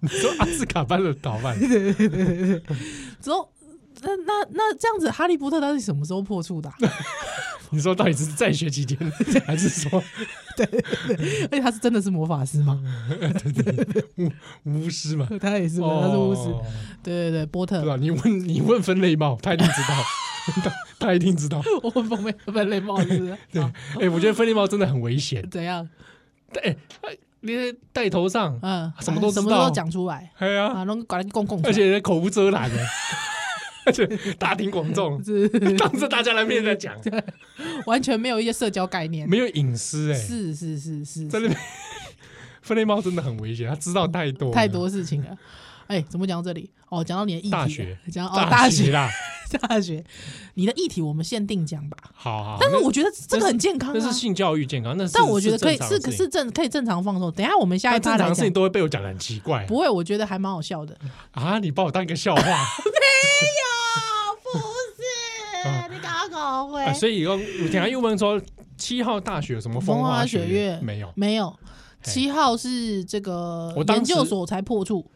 S2: 你说阿兹卡班的逃 犯，
S3: 之后，那那那这样子，哈利波特到底什么时候破处 的啊、
S2: 你说到底是在学期间，还是说
S3: 而且他是真的是魔法师吗？
S2: 巫师嘛？
S3: 他也是，他是巫师。哦对对对，波
S2: 对
S3: 特，
S2: 吧？你问你问分类帽，他一定知道，他他一定知道。
S3: 我们封面分类帽 子，
S2: 对，
S3: 好
S2: 哎，我觉得分类帽真的很危险。
S3: 怎样？
S2: 哎，你戴头上，
S3: 嗯，
S2: 啊什么都知
S3: 什
S2: 道
S3: 么都讲出来。
S2: 哎呀，
S3: 啊，弄搞来公共，
S2: 而且口无遮拦的，而且大庭广众，
S3: 是
S2: 当着大家的面在讲，
S3: 完全没有一些社交概念。
S2: 没有隐私哎，
S3: 是是是是，
S2: 在那边分类猫真的很危险，他知道太多了
S3: 太多事情了。哎，怎么讲到这里？哦，讲到你的议题了，
S2: 大学
S3: 讲哦
S2: 大
S3: 大
S2: 学
S3: 学，
S2: 啦，
S3: 大学，你的议题我们限定讲吧。
S2: 好好，
S3: 但是
S2: 那
S3: 我觉得这个很健康
S2: 那
S3: 啊
S2: 是。性教育健康，那是
S3: 但我觉得可以
S2: 正常
S3: 是
S2: 的
S3: 可
S2: 事情
S3: 是正可以正常放松。等一下我们下
S2: 但
S3: 一趴
S2: 正常
S3: 来
S2: 的事
S3: 讲
S2: 情，都会被我讲的很奇怪
S3: 不会，我觉得还蛮好 笑的。哎
S2: 啊！你把我当一个笑话，
S3: 不 是，你搞搞
S2: 啊、所以我我等下又问说七号大学有什么
S3: 风
S2: 风
S3: 花
S2: 花
S3: 雪
S2: 月
S3: 月
S2: 没有？
S3: 没有，
S2: 嘿
S3: 七号是这个
S2: 哎我当
S3: 研
S2: 时
S3: 究所才破 处，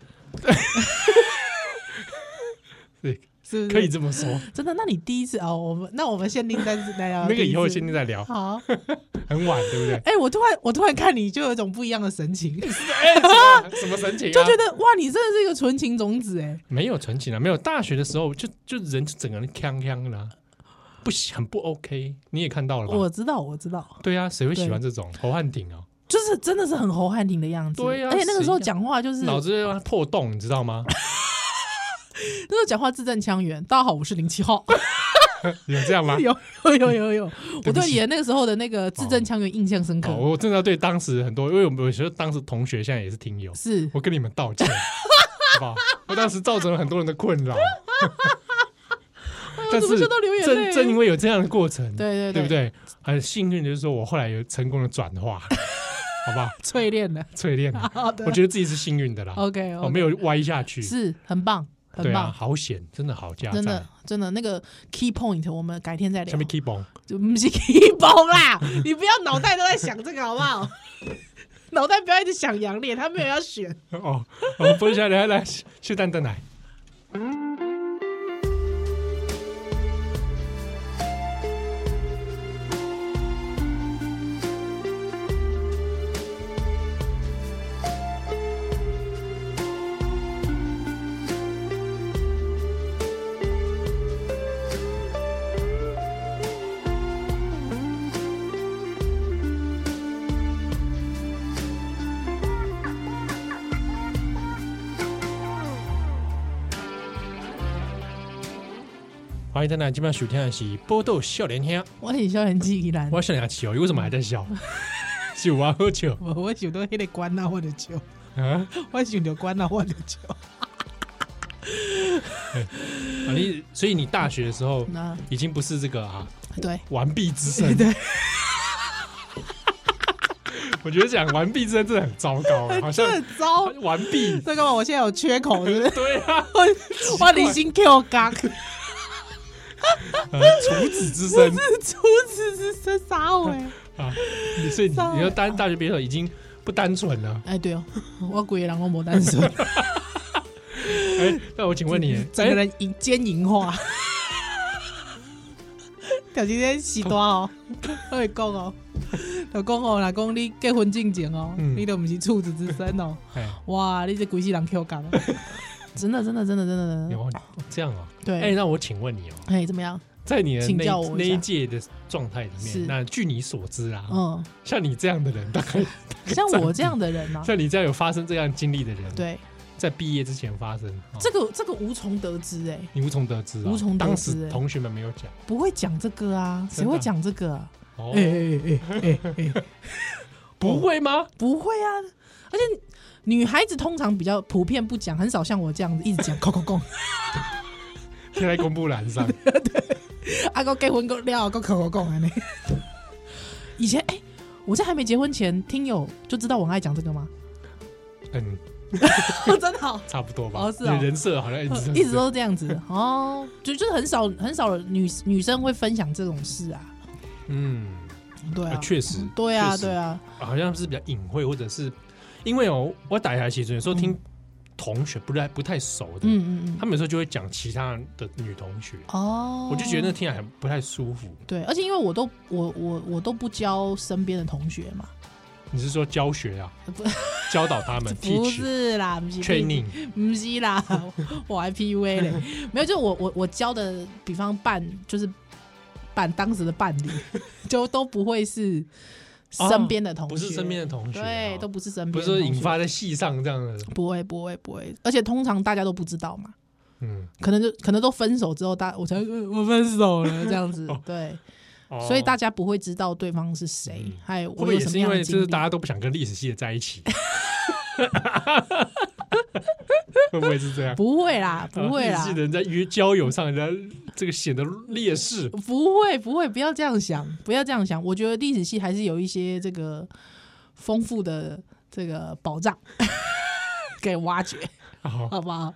S2: 对，
S3: 是不是
S2: 可以这么说，
S3: 真的？那你第一次哦，我们那我们限定在是那
S2: 那个以后先定再聊，
S3: 好。
S2: 很晚对不对？
S3: 哎、我突然我突然看你就有一种不一样的神情，就
S2: 哎、什么什么神情、啊？
S3: 觉得哇，你真的是一个纯情种子哎。
S2: 没有纯情啊，没有大学的时候就就人就整个人锵锵啦，啊不喜很不 OK，你也看到了吧？
S3: 我知道，我知道，
S2: 对啊，谁会喜
S3: 对
S2: 欢这种侯汉鼎哦？
S3: 就是真的是很侯汉廷的样子。
S2: 对啊
S3: 而且那个时候
S2: 谁呀
S3: 讲话就是
S2: 脑子破洞，你知道 吗？
S3: 那时候讲话字正腔圆。大家好，我是零七号。？
S2: 有这样吗
S3: 有有有有有，我
S2: 啊对不
S3: 对
S2: 起
S3: 你的那个时候的那个字正腔圆印象深刻
S2: 哦，。我真的要对当时很多，因为我们有时候当时同学现在也是听友，
S3: 是，
S2: 我跟你们道 歉，好不好？我当时造成了很多人的困扰。
S3: 我
S2: 但
S3: 哎怎么
S2: 是
S3: 就都流眼
S2: 正
S3: 泪？
S2: 正因为有这样的过程，
S3: 对对
S2: 对不对？很幸运的就是说我后来有成功的转化，好不好？
S3: 淬炼的。
S2: 淬炼，
S3: 好的
S2: 我觉得自己是幸运的啦，
S3: OK，
S2: 我没有歪下去，
S3: 是很棒，很
S2: 对啊，
S3: 棒，
S2: 好险，真的好加
S3: 真的
S2: 赞。
S3: 真的那个 key point，我们改天再聊
S2: 下。面 keep on，
S3: 就不是 key point 啦， 你不要脑袋都在想这个好不好？ 脑袋不要一直想杨烈，他没有要选。
S2: 哦，我们分享来来去蛋蛋奶，欢迎蛋奶，今晚收听的是波豆笑脸兄，
S3: 我很笑人机依然，
S2: 我笑脸笑，你为什么还在 笑？是我喝酒
S3: 我我想到迄个关啊，我的 酒，
S2: 啊？
S3: 我想到关啊，我的酒。
S2: 啊你所以你大学的时候
S3: 那
S2: 已经不是这个啊
S3: 对
S2: 完璧之身，
S3: 对，
S2: 我觉得讲完璧之身真的很糟糕，好像
S3: 这很糟。
S2: 完璧，
S3: 这个嘛，我现在有缺口，是不 是？
S2: 对啊，
S3: 我我离心 Q 刚，
S2: 呃处子之身
S3: 出自是是啥喂？
S2: 啊，你所以你
S3: 糟
S2: 你要当大学毕业的时候已经不单纯了。
S3: 哎，对哦， 我鬼人我没单 身，
S2: 哎，那我请问 你，
S3: 整个
S2: 哎，
S3: 人银奸银 化，就今天时段哦，我会讲 哦，就讲哦，若讲你结婚进前哦，
S2: 嗯
S3: 你都毋是处子之身 哦，
S2: 哎，
S3: 哇，你这鬼死人哦 Q 刚， 真的真的真的真的真的，
S2: 有这样啊？哎，
S3: 对，
S2: 那我请问你哦，
S3: 哎，怎么样？
S2: 在你的
S3: 请
S2: 那
S3: 教我一
S2: 那
S3: 下
S2: 一届的状态里
S3: 是
S2: 面，那据你所知啊，
S3: 嗯，
S2: 像你这样的人，大概
S3: 像我这样的人 嘛，
S2: 像你这样有发生这样经历的人，，
S3: 对，
S2: 在毕业之前发生，哦
S3: 这个这个无从得知，哎，
S2: 你无从得知啊，
S3: 无从得知
S2: 当
S3: 哎
S2: 时同学们没有讲。
S3: 不会讲这个啊，谁
S2: 真的啊
S3: 会讲这个啊？
S2: 哦，
S3: 哎哎哎哎哎。
S2: 不会吗？
S3: 不会啊，而且女孩子通常比较普遍不讲，很少像我这样子一直 讲，空空空，
S2: 贴在公布栏上，
S3: 啊个结婚够了，够空空空安尼。以前哎、我在还没结婚前，听友就知道我很爱讲这个吗？
S2: 嗯，
S3: 真的 哦、
S2: 差不多吧。
S3: 哦是哦
S2: 你的人设好像一直
S3: 一直都是这样子哦，就就是很少很少女女生会分享这种事啊，
S2: 嗯，
S3: 对
S2: 啊
S3: 啊，
S2: 确实，
S3: 对啊，
S2: 确实
S3: 对啊，
S2: 好像是比较隐晦，或者是因为哦，我打下棋有时候听同学不太不太熟的，
S3: 嗯嗯
S2: 他
S3: 嗯，
S2: 们有时候就会讲其他的女同学，
S3: 哦，
S2: 我就觉得那听起来很不太舒服。
S3: 对，而且因为我都我我我都不教身边的同学嘛，
S2: 你是说教学啊
S3: 不？
S2: 教导他们
S3: 不
S2: ，teach
S3: 是啦，不是
S2: training
S3: 不是啦， 我还 PUA 嘞，没有，就我我我教的，比方伴就是伴当时的伴侣，就都不会是身边的同学，
S2: 哦不是身边的同学，
S3: 对，
S2: 哦
S3: 都不是身边，
S2: 不是说引，发在戏上这样的，
S3: 不会不会不会，而且通常大家都不知道嘛，
S2: 嗯，
S3: 可能就可能都分手之后，大我才呃我分手了 这样子，对，
S2: 哦
S3: 所以大家不会知道对方是谁
S2: 嗯，
S3: 还有
S2: 会不
S3: 我
S2: 会
S3: 有
S2: 也
S3: 什
S2: 是
S3: 么
S2: 因
S3: 样
S2: 为
S3: 的
S2: 就
S3: 经
S2: 是
S3: 历
S2: 大。家都不想跟历史系的在一起？ 会不会是这样？
S3: 不会啦，不 会
S2: 啊日
S3: 啦
S2: 系，的人在约交友上，人家这个显得劣势。
S3: 不会，不会，不要这样想，不要这样想。我觉得历史系还是有一些这个丰富的这个宝藏 可以挖掘，
S2: 好，
S3: 好不好？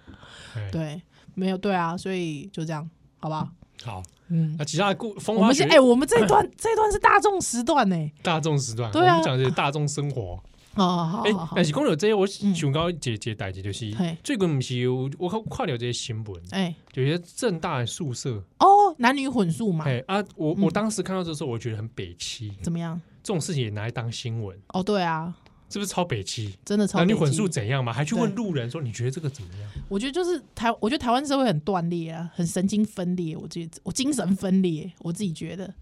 S2: 哎
S3: 对，没有对啊，所以就这样，好不好？
S2: 好，
S3: 嗯，
S2: 那其他的故风
S3: 我
S2: 花
S3: 们是
S2: 雪
S3: 哎、我们这一段这一段是大众时段呢、
S2: 大众时段，
S3: 对啊
S2: 我们讲的是大众生活。
S3: 哦， 好
S2: 哎
S3: 好，好，
S2: 但是讲到这些，我
S3: 嗯
S2: 想到一个一个代志，就是
S3: 嘿
S2: 最近不是有我看看了这些新闻，
S3: 哎、
S2: 有些正大的宿舍，
S3: 哦，男女混宿嘛，
S2: 哎啊，我
S3: 嗯
S2: 我当时看到这时候，我觉得很北欺，
S3: 怎么样？
S2: 这种事情也拿来当新闻，
S3: 哦，对啊，
S2: 是不是超北欺？
S3: 真的超
S2: 男女
S3: 北
S2: 混
S3: 京
S2: 宿怎样嘛？还去
S3: 对
S2: 问路人说你觉得这个怎么样？
S3: 我觉得就是台，我觉得台湾社会很断裂啊，很神经分裂。我觉得我精神分裂，我自己觉得，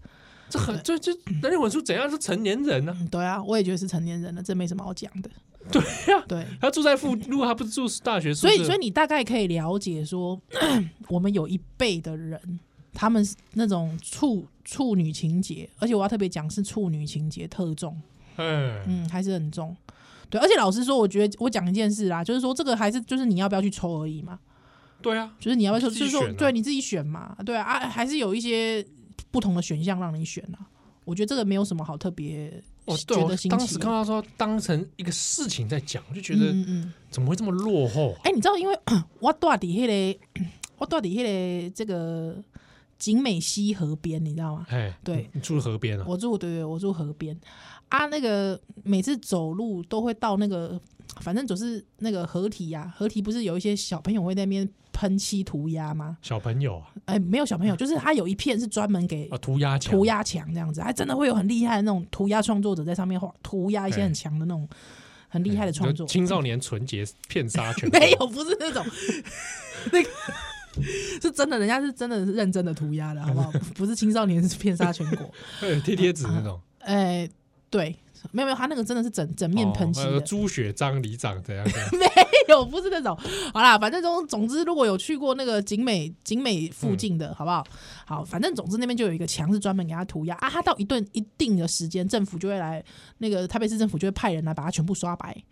S2: 这很 这这男女混宿怎样是成年人呢、
S3: 嗯，对啊，我也觉得是成年人了，这没什么好讲的。
S2: 对呀、
S3: 对，
S2: 他住在附，如果他不是住大学宿舍，
S3: 所以所以你大概可以了解说， 我们有一辈的人，他们是那种处处女情节，而且我要特别讲是处女情节特重，
S2: 嗯，
S3: 嗯，还是很重。对，而且老实说，我觉得我讲一件事啦，就是说这个还是就是你要不要去抽而已嘛。
S2: 对啊，
S3: 就是你要不要说，
S2: 自
S3: 就
S2: 己
S3: 是说
S2: 选啊
S3: 对你自己选嘛，对啊，啊还是有一些不同的选项让你选啊。我觉得这个没有什么好特别
S2: 哦，对，
S3: 觉
S2: 我
S3: 得新奇的。
S2: 当时看到说当成一个事情在讲，我就觉得
S3: 嗯嗯嗯，
S2: 怎么会这么落后啊、
S3: 哎、你知道，因为我住底下嘞，我住底下嘞，这个景美溪河边，你知道吗？
S2: 哎，
S3: 对
S2: 你住河边啊？
S3: 我住对对，我住河边啊。那个每次走路都会到那个，反正总是那个河堤呀、啊，河堤不是有一些小朋友会在那边喷漆涂鸦吗？
S2: 小朋友啊，
S3: 哎、没有小朋友，就是它有一片是专门给
S2: 啊，涂鸦墙，
S3: 涂鸦墙这样子，还真的会有很厉害的那种涂鸦创作者在上面画涂鸦一些很强的那种很厉害
S2: 哎
S3: 的创作。嗯
S2: 青少年纯 洁骗杀权
S3: 没有，不是那种 那个。是真的，人家是真的是认真的涂鸦的，好不好？不是青少年是骗杀全国。
S2: 呃 贴贴纸那种，
S3: 哎、对，没有没有，他那个真的是整整面喷漆
S2: 哦呃
S3: 的，
S2: 朱雪章里长怎样怎样
S3: 没 有，不是那种。好啦，反正总总之，如果有去过那个景美景美
S2: 嗯
S3: 附近的，好不好？好，反正总之那边就有一个墙是专门给他涂鸦啊，他到一顿一定的时间，政府就会来那个台北市政府就会派人来把它全部刷白。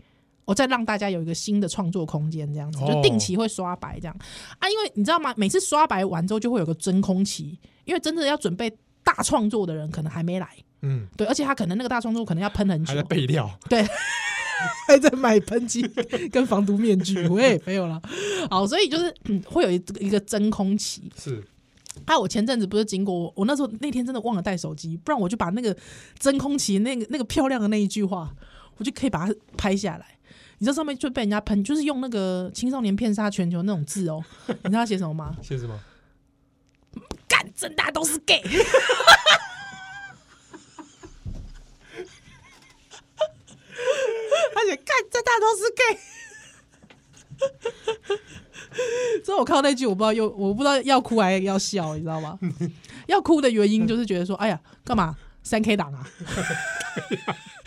S3: 我再让大家有一个新的创作空间，这样子
S2: 哦
S3: 就定期会刷白这样啊，因为你知道吗？每次刷白完之后就会有个真空期，因为真的要准备大创作的人可能还没来，
S2: 嗯，
S3: 对，而且他可能那个大创作可能要喷很久
S2: 还，在备料，
S3: 对， 还在买喷漆跟防毒面具，喂，没有了。好，所以就是、 嗯会有一一个真空期。
S2: 是
S3: 啊，我前阵子不是经过我，我那时候那天真的忘了带手机，不然我就把那个真空期那个那个漂亮的那一句话，我就可以把它拍下来。你知道上面就被人家喷，就是用那个青少年骗杀全球那种字哦。你知道他写什么吗？
S2: 谢什么？
S3: 干，正大都是 gay。而且干，正大都是 gay。所以我看到那句，我不知道又我不知道要哭还是要笑，你知道吗？要哭的原因就是觉得说，哎呀，干嘛三 K 党啊？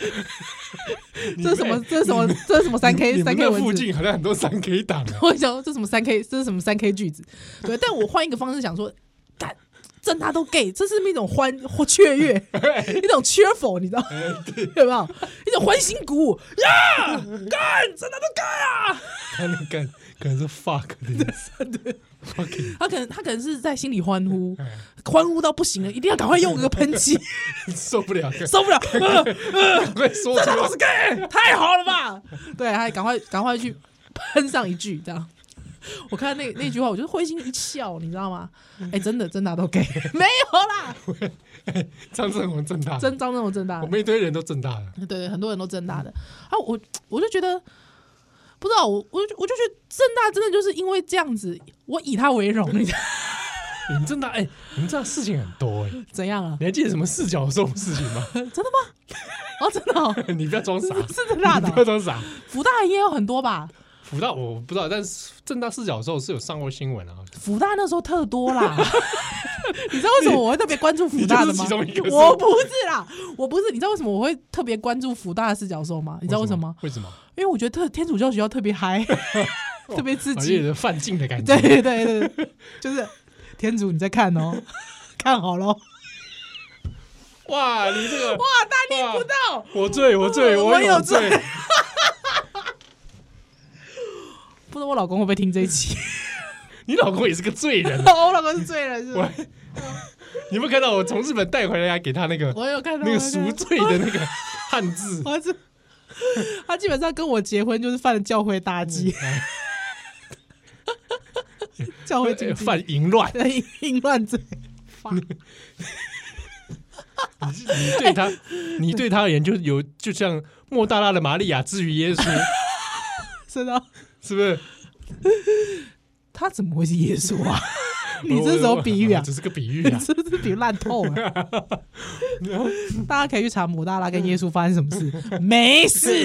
S3: 这是什么？这是什么？这是什么三 K
S2: 你
S3: 哎三
S2: 们
S3: K
S2: 那
S3: 文
S2: 附
S3: 字？
S2: 近好像很多三 K 党啊，
S3: 我会想说这什么三 K，这是什么三 K 句子？对，但我换一个方式想说，干，真他都 gay，这是一种欢或雀跃，一种 cheerful，你知道吗？有没有一种欢欣鼓舞呀？干，真他都 gay 啊！
S2: 他那个可能是 fuck 的，fucking
S3: 他可能他可能是在心里欢呼
S2: 哎，
S3: 欢呼到不行了，一定要赶快用个喷漆，
S2: 受不了，赶
S3: 受不了，呃
S2: 快说
S3: 这
S2: 出来
S3: 他都是 gay，太好了吧？对，还赶快赶快去喷上一句这样。我看那那句话，我就会心一笑，你知道吗？哎、真的，真的都 gay，没有啦，
S2: 张正宏正大，
S3: 真张那种正大
S2: 我嗯
S3: 的，啊
S2: 们一堆人都正大了，
S3: 对对，很多人都正大的啊，我我就觉得不知道，我我就我就觉得正大真的就是因为这样子，我以他为荣，你知道
S2: 你们正大，哎，你们这样事情很多哎，你
S3: 怎样啊？
S2: 还记得什么四角兽事情吗？
S3: 真的吗？哦，真的哦，
S2: 你不要装傻，
S3: 是正大的
S2: 你不要 装
S3: 哦，
S2: 傻。
S3: 福大也有很多吧？
S2: 福大我不知道，但是正大四角兽是有上过新闻啊，
S3: 福大那时候特 多啦。你知道为什么我会特别关注福大的
S2: 你就是
S3: 吗？
S2: 其中一个是
S3: 我不是啦，我不是。你知道为什么我会特别关注福大的四角兽吗？你
S2: 你
S3: 知道为什么吗？？
S2: 为什么？
S3: 因为我觉得特天主教学校特别 嗨，特别刺
S2: 好像
S3: 激
S2: 有。点犯禁的感觉
S3: 对。 对对对，就是天主你在看哦， 看好喽。哇，
S2: 哇，你这个，
S3: 大逆不道！
S2: 我醉，我醉，
S3: 我
S2: 有
S3: 有
S2: 醉
S3: 罪。不知我老公会不会听这一期？
S2: 你老公也是个罪人，啊
S3: 我老公是罪人，是
S2: 我
S3: 吧？
S2: 你有没有看到我从日本带回来给他那个
S3: 我有看到
S2: 那个
S3: 我有看
S2: 赎
S3: 到
S2: 罪的那个汉字？
S3: 我是他基本上跟我结婚就是犯了教会大
S2: 嗯
S3: 忌，教会禁忌，
S2: 犯淫乱，
S3: 对淫乱罪。
S2: 你你对他，你对他而言就有就像莫大拉的玛利亚之于耶稣，
S3: 是的，
S2: 是不是？
S3: 他怎么会是耶稣啊？你这是什
S2: 我
S3: 么比喻啊？
S2: 只是个比喻
S3: 你
S2: 啊！
S3: 这是比喻烂透了。大家可以去查姆大拉
S2: 嗯
S3: 跟耶稣发生什么事，没事，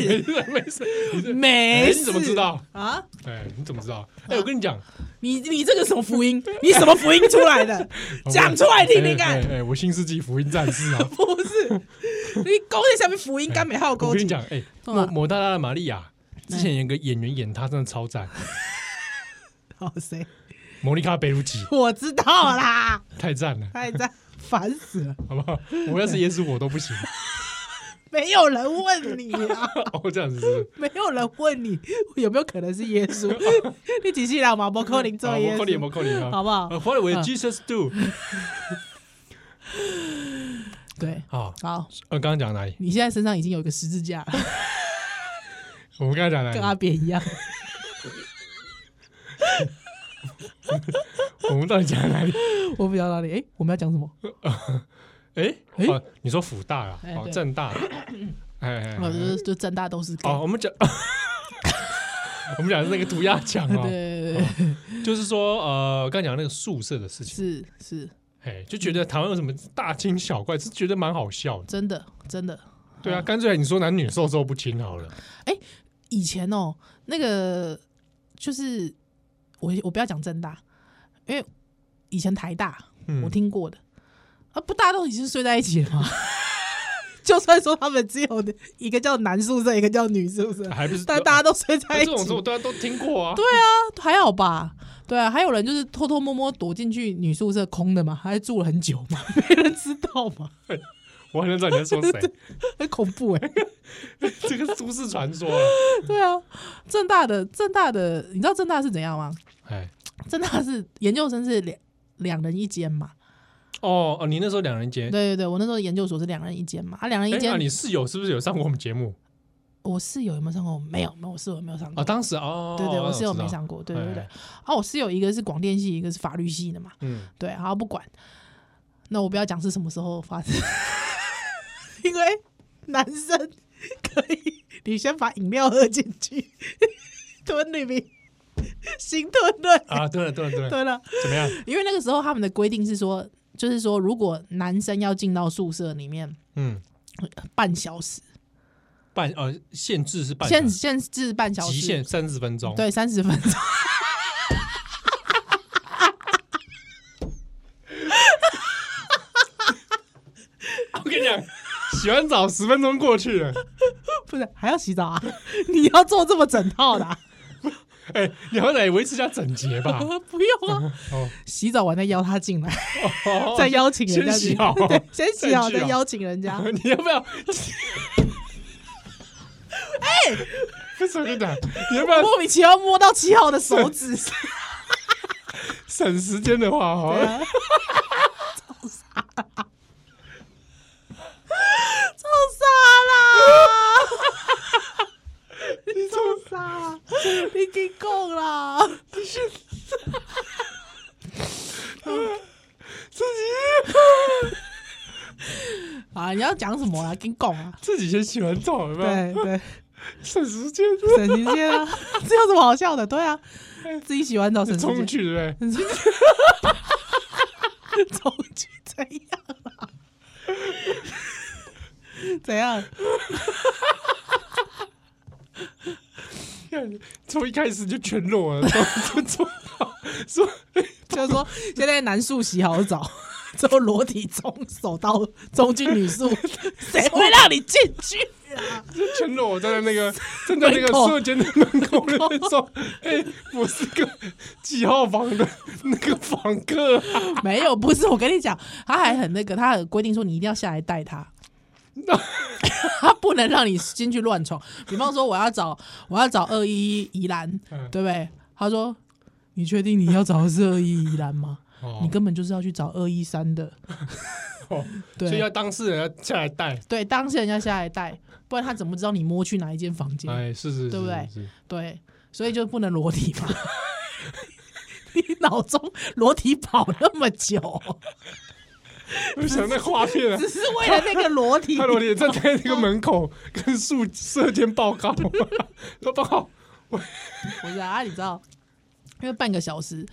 S2: 没事没事，你这 哎
S3: 没事。
S2: 你怎么知道？
S3: 啊？
S2: 哎，你怎么知道？哎，我跟你讲，
S3: 你你这个什么福音？你什么福音出来 的？讲出来听听看
S2: 哎。哎，哎我新世纪福音战士啊！
S3: 不是，你勾在下面福音，干美好勾
S2: 我跟 你
S3: 进。
S2: 讲，哎，
S3: 干嘛
S2: 莫莫大拉的玛利亚之前有个演员演她，真的超赞，
S3: 哦，谁？
S2: 莫妮卡贝鲁吉
S3: 我知道啦，
S2: 太赞了，
S3: 他也在烦死了，
S2: 好不好？我要是耶稣我都不行。
S3: 没有人问你啊，
S2: 哦，这样子是不是。
S3: 没有人问你有没有可能是耶稣， 你几细了嘛？不可能做
S2: 啊
S3: 耶
S2: 我扣脸，我
S3: 稣，
S2: 扣脸啊，
S3: 好不好
S2: 呃 What will
S3: 嗯
S2: Jesus do？
S3: 对，
S2: 好，
S3: 好，
S2: 呃，刚刚讲哪里？
S3: 你现在身上已经有一个十字架了，
S2: 我们刚刚讲
S3: 跟
S2: 哪
S3: 阿
S2: 里？
S3: 扁一样，
S2: 我们到底讲 哪里？
S3: 我不知道哪里，哎，我们要讲什么？
S2: 哎，
S3: 哎
S2: 哦，你说辅大啊，
S3: 哎
S2: 哦，
S3: 对
S2: 正 大啊，哎哎，哎
S3: 我哦就就正大都是 gay
S2: 哦，我们讲， 我们讲的是那个涂鸦墙
S3: 对
S2: 啊，
S3: 对对对，
S2: 就是说，呃，刚刚讲那个宿舍的事情，
S3: 是是，
S2: 哎，就觉得台湾有什么大惊小怪，是觉得蛮好笑的。
S3: 真的真的，
S2: 对
S3: 嗯
S2: 啊，干脆你说男女授受不亲好了，
S3: 以前哦，那个就是我我不要讲正大，因为以前台大
S2: 嗯
S3: 我听过的、啊，不大家都已经睡在一起了吗？ 就算说他们只有一个叫男宿舍，一个叫女宿舍，
S2: 还不是
S3: 但大家
S2: 家
S3: 都睡在一
S2: 这
S3: 起，
S2: 种事我大家都听过啊，
S3: 还好吧？对啊，还有人就是偷偷摸摸躲进去女宿舍空的嘛，还住了很久嘛， 没人知道嘛，
S2: 我好像知道你在说 谁，
S3: 很恐怖 哎、
S2: 这个是都市传说啊，
S3: 对啊，正大的正大的，你知道正大是怎样吗？
S2: 哎。
S3: 正大是研究生是两两人一间嘛，
S2: 哦哦，你那时候两人节，
S3: 对对对，我那时候研究所是两人一间嘛，啊，两人
S2: 哎
S3: 一间，
S2: 啊，你室友是不是有上过我们节目
S3: 我室友有没有上过？没有，没有，我室友没有上
S2: 啊？
S3: 过。
S2: 当时哦，
S3: 对对，我室友没
S2: 过，
S3: 上过，对
S2: 哎
S3: 对对。，啊，我室友一个是广电系，一个是法律系的嘛，
S2: 嗯，
S3: 对，好不管。那我不要讲是什么时候发生， 因为男生可以，你先把饮料喝进去，吞里面， 行吞对，
S2: 啊，对了对了对了，
S3: 吞了。
S2: 怎么样？
S3: 因为那个时候他们的规定是说，就是说如果男生要进到宿舍里面
S2: 嗯，
S3: 半小时，
S2: 半呃，限制是半小
S3: 限
S2: 时，
S3: 限制半小时，
S2: 极限三十分钟，，
S3: 对，三十分钟。
S2: 我跟你讲，洗完澡十分钟过去了，
S3: 不是 还要洗澡啊？你要做这么整套的、 啊？
S2: 哎，你好歹维持一下整洁 吧，
S3: 不用啊，
S2: 哦，
S3: 洗澡完再邀他进来，
S2: 哦
S3: 再邀请人家
S2: 先洗
S3: 进
S2: 好啊
S3: 来，对，先洗
S2: 再
S3: 好再
S2: 去啊
S3: 邀请人家。
S2: 你要不要？哎， 不是我跟你讲，你要不要
S3: 莫名其妙摸到七号的手指，
S2: 省时间的话，好
S3: 对
S2: 像
S3: 啊超傻啦，超 傻啦，超傻啦，啊你给够啦！
S2: 自己。
S3: 啊，你要讲什么啦？跟讲啊！
S2: 自己先洗完澡，有没有？
S3: 对对。
S2: 省时间，
S3: 省时间啊，这有什么好笑的？对 啊，自己洗完澡省时
S2: 冲出
S3: 间，
S2: 去，对不对？
S3: 冲去怎样啦？ 怎样？
S2: 看从一开始就全裸啊了，都都冲到说
S3: 就是说，现在男宿洗好澡，之后裸体冲手刀冲进女宿，谁会让你进去啊？
S2: 就全裸站在那 个站在那个
S3: 门口
S2: 射间的门口的那种，哎，我是个几号房的那个房客啊，
S3: 没有，不是我跟你讲，他还很那个，他很规定说你一定要下来带 他，他不能让你进去乱闯。比方说我要找我要找二一一宜兰，
S2: 嗯
S3: 对不对？他说：“你确定你要找的是二一一兰吗？
S2: 哦
S3: 你根本就是要去找二一三的。
S2: 哦”所以
S3: 对
S2: 要当事人要下来带，
S3: 对，当事人要下来带，不然他怎么知道你摸去哪一间房间？
S2: 哎，是是，是
S3: 对不对？
S2: 是是
S3: 对，所以就不能裸体嘛。 你脑中裸体跑那么久，
S2: 我就想那画面啊
S3: 只，是为了那个裸体
S2: 他裸体站在那个门口跟宿舍监报 告， 说报告，
S3: 不是啊，你知道，因为半个小时，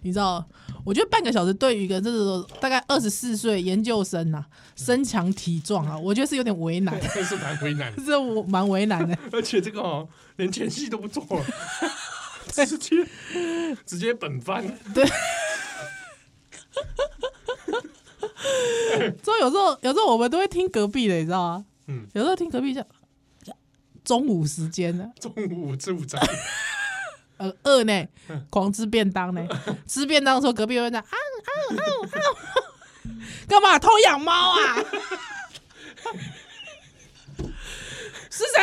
S3: 你知道，我觉得半个小时对于一个这种大概二十四岁研究生啊，身强体壮啊，我觉得是有点为难，
S2: 真是蛮为难的。
S3: 这我蛮为难的。
S2: 而且这个哦，连前戏都不做了，直接直接本番，
S3: 之后有时候，有时候我们都会听隔壁的，你知道吗？
S2: 嗯
S3: 有时候听隔壁讲中午时间呢，
S2: 中午吃午餐，
S3: 呃，饿呢，狂吃便当呢，吃便当的时候，隔壁会讲啊啊啊啊， 干嘛偷养猫啊？ 是谁？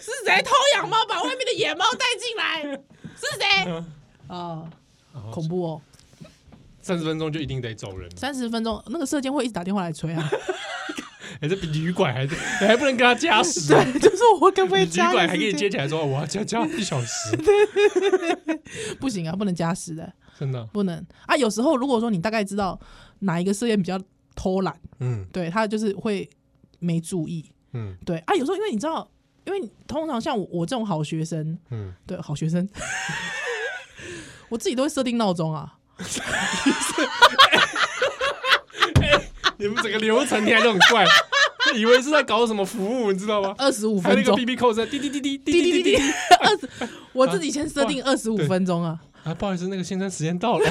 S3: 是谁偷养猫，把外面的野猫带进来？是谁？啊、恐怖哦！
S2: 三十分钟就一定得走人了。
S3: 三十分钟，那个射箭会一直打电话来催啊。
S2: 哎，这比旅馆还，你还不能跟他加时，
S3: 对，就是我跟不
S2: 比
S3: 会
S2: 旅
S3: 加
S2: 馆
S3: 个
S2: 还可以
S3: 时
S2: 接
S3: 间，
S2: 起来说我要加加一小时，
S3: 不行啊，不能加时的，
S2: 真的，
S3: 不能啊。有时候如果说你大概知道哪一个射箭比较偷懒，
S2: 嗯
S3: 对他就是会没注意，
S2: 嗯
S3: 对啊，有时候因为你知道，因为通常像我我这种好学生，
S2: 嗯，
S3: 对好学生，我自己都会设定闹钟啊。
S2: 你们整个流程听起来都很怪，以为是在搞什么服务，你知道吗？
S3: 二十五
S2: 还有
S3: 分
S2: 那个
S3: 钟
S2: B，B 扣在滴滴滴滴滴
S3: 滴
S2: 滴
S3: 滴
S2: 滴
S3: 滴
S2: 滴
S3: 滴，二十，我自己先设定二十五分钟啊，
S2: 啊，不好意思，那个先生时间 到了，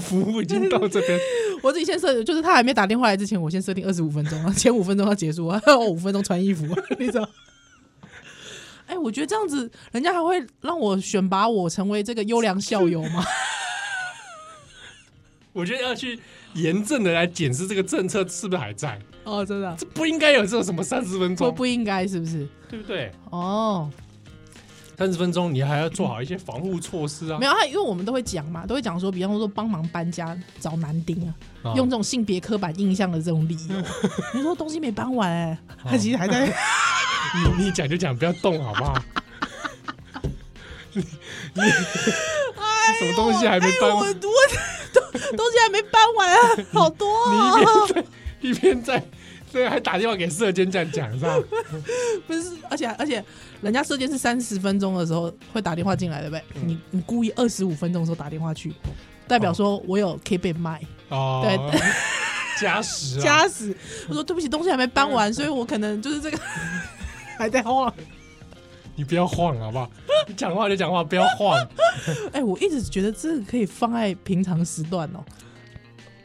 S2: 服务已经到这边，
S3: 我自己先设，就是他还没打电话来之前，我先设定二十五分钟啊，前五分钟要结束啊， 还有五分钟穿衣服、啊，你知道？ 哎、我觉得这样子，人家还会让我选拔我成为这个优良校友吗？
S2: 我觉得要去严正的来检视这个政策是不是还在，
S3: 哦，真的啊、
S2: 这不应该有这种什么三十分
S3: 不
S2: 钟，
S3: 不应该是不是？
S2: 对不对？
S3: 哦，
S2: 三十分钟你还要做好一些防护措施啊
S3: 没，有，他因为我们都会讲嘛，都会讲说，比方说帮忙搬家找男丁啊，
S2: 啊
S3: 用这种性别刻板印象的这种理 由，你说东西没搬完、欸，
S2: 啊
S3: 他其实还在，
S2: 你你讲就讲，不要动好不好？你你什么东西还没搬
S3: 哎我我 东东西还没搬 完啊，好多、
S2: 你
S3: 哦，
S2: 一边在，对，还打电话给社监这样讲 是吧？
S3: 不是，而且而且人家射箭是三十分钟的时候会打电话进来，对不对？
S2: 嗯
S3: 你你故意二十五分钟的时候打电话去，代表说我有可以被 卖。
S2: 哦，
S3: 对，
S2: 加时啊，
S3: 加死！我说对不起，东西还没搬
S2: 嗯
S3: 完，所以我可能就是这个 还在晃。
S2: 你不要晃好不好？你讲话就讲话，不要 晃。
S3: 哎、我一直觉得这个可以放在平常时段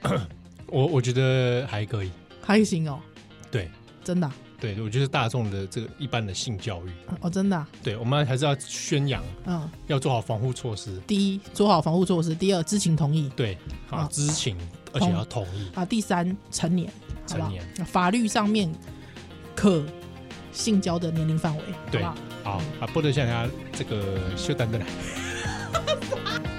S3: 哦，
S2: 我我觉得还可以，
S3: 还行哦，
S2: 对
S3: 真的啊、
S2: 对，我觉得大众的这个一般的性教育，
S3: 哦，真的啊、
S2: 对我们还是要宣扬，
S3: 嗯。
S2: 要做好防护措施，
S3: 第一，做好防护措施；第二，知情同意
S2: 对啊，
S3: 啊
S2: 知情而且要同意，
S3: 啊；第三，成年，好不好
S2: 成年
S3: 那法律上面可性交的年龄范围，
S2: 对
S3: 好不好？
S2: 好啊，不能像他这个秀丹的来。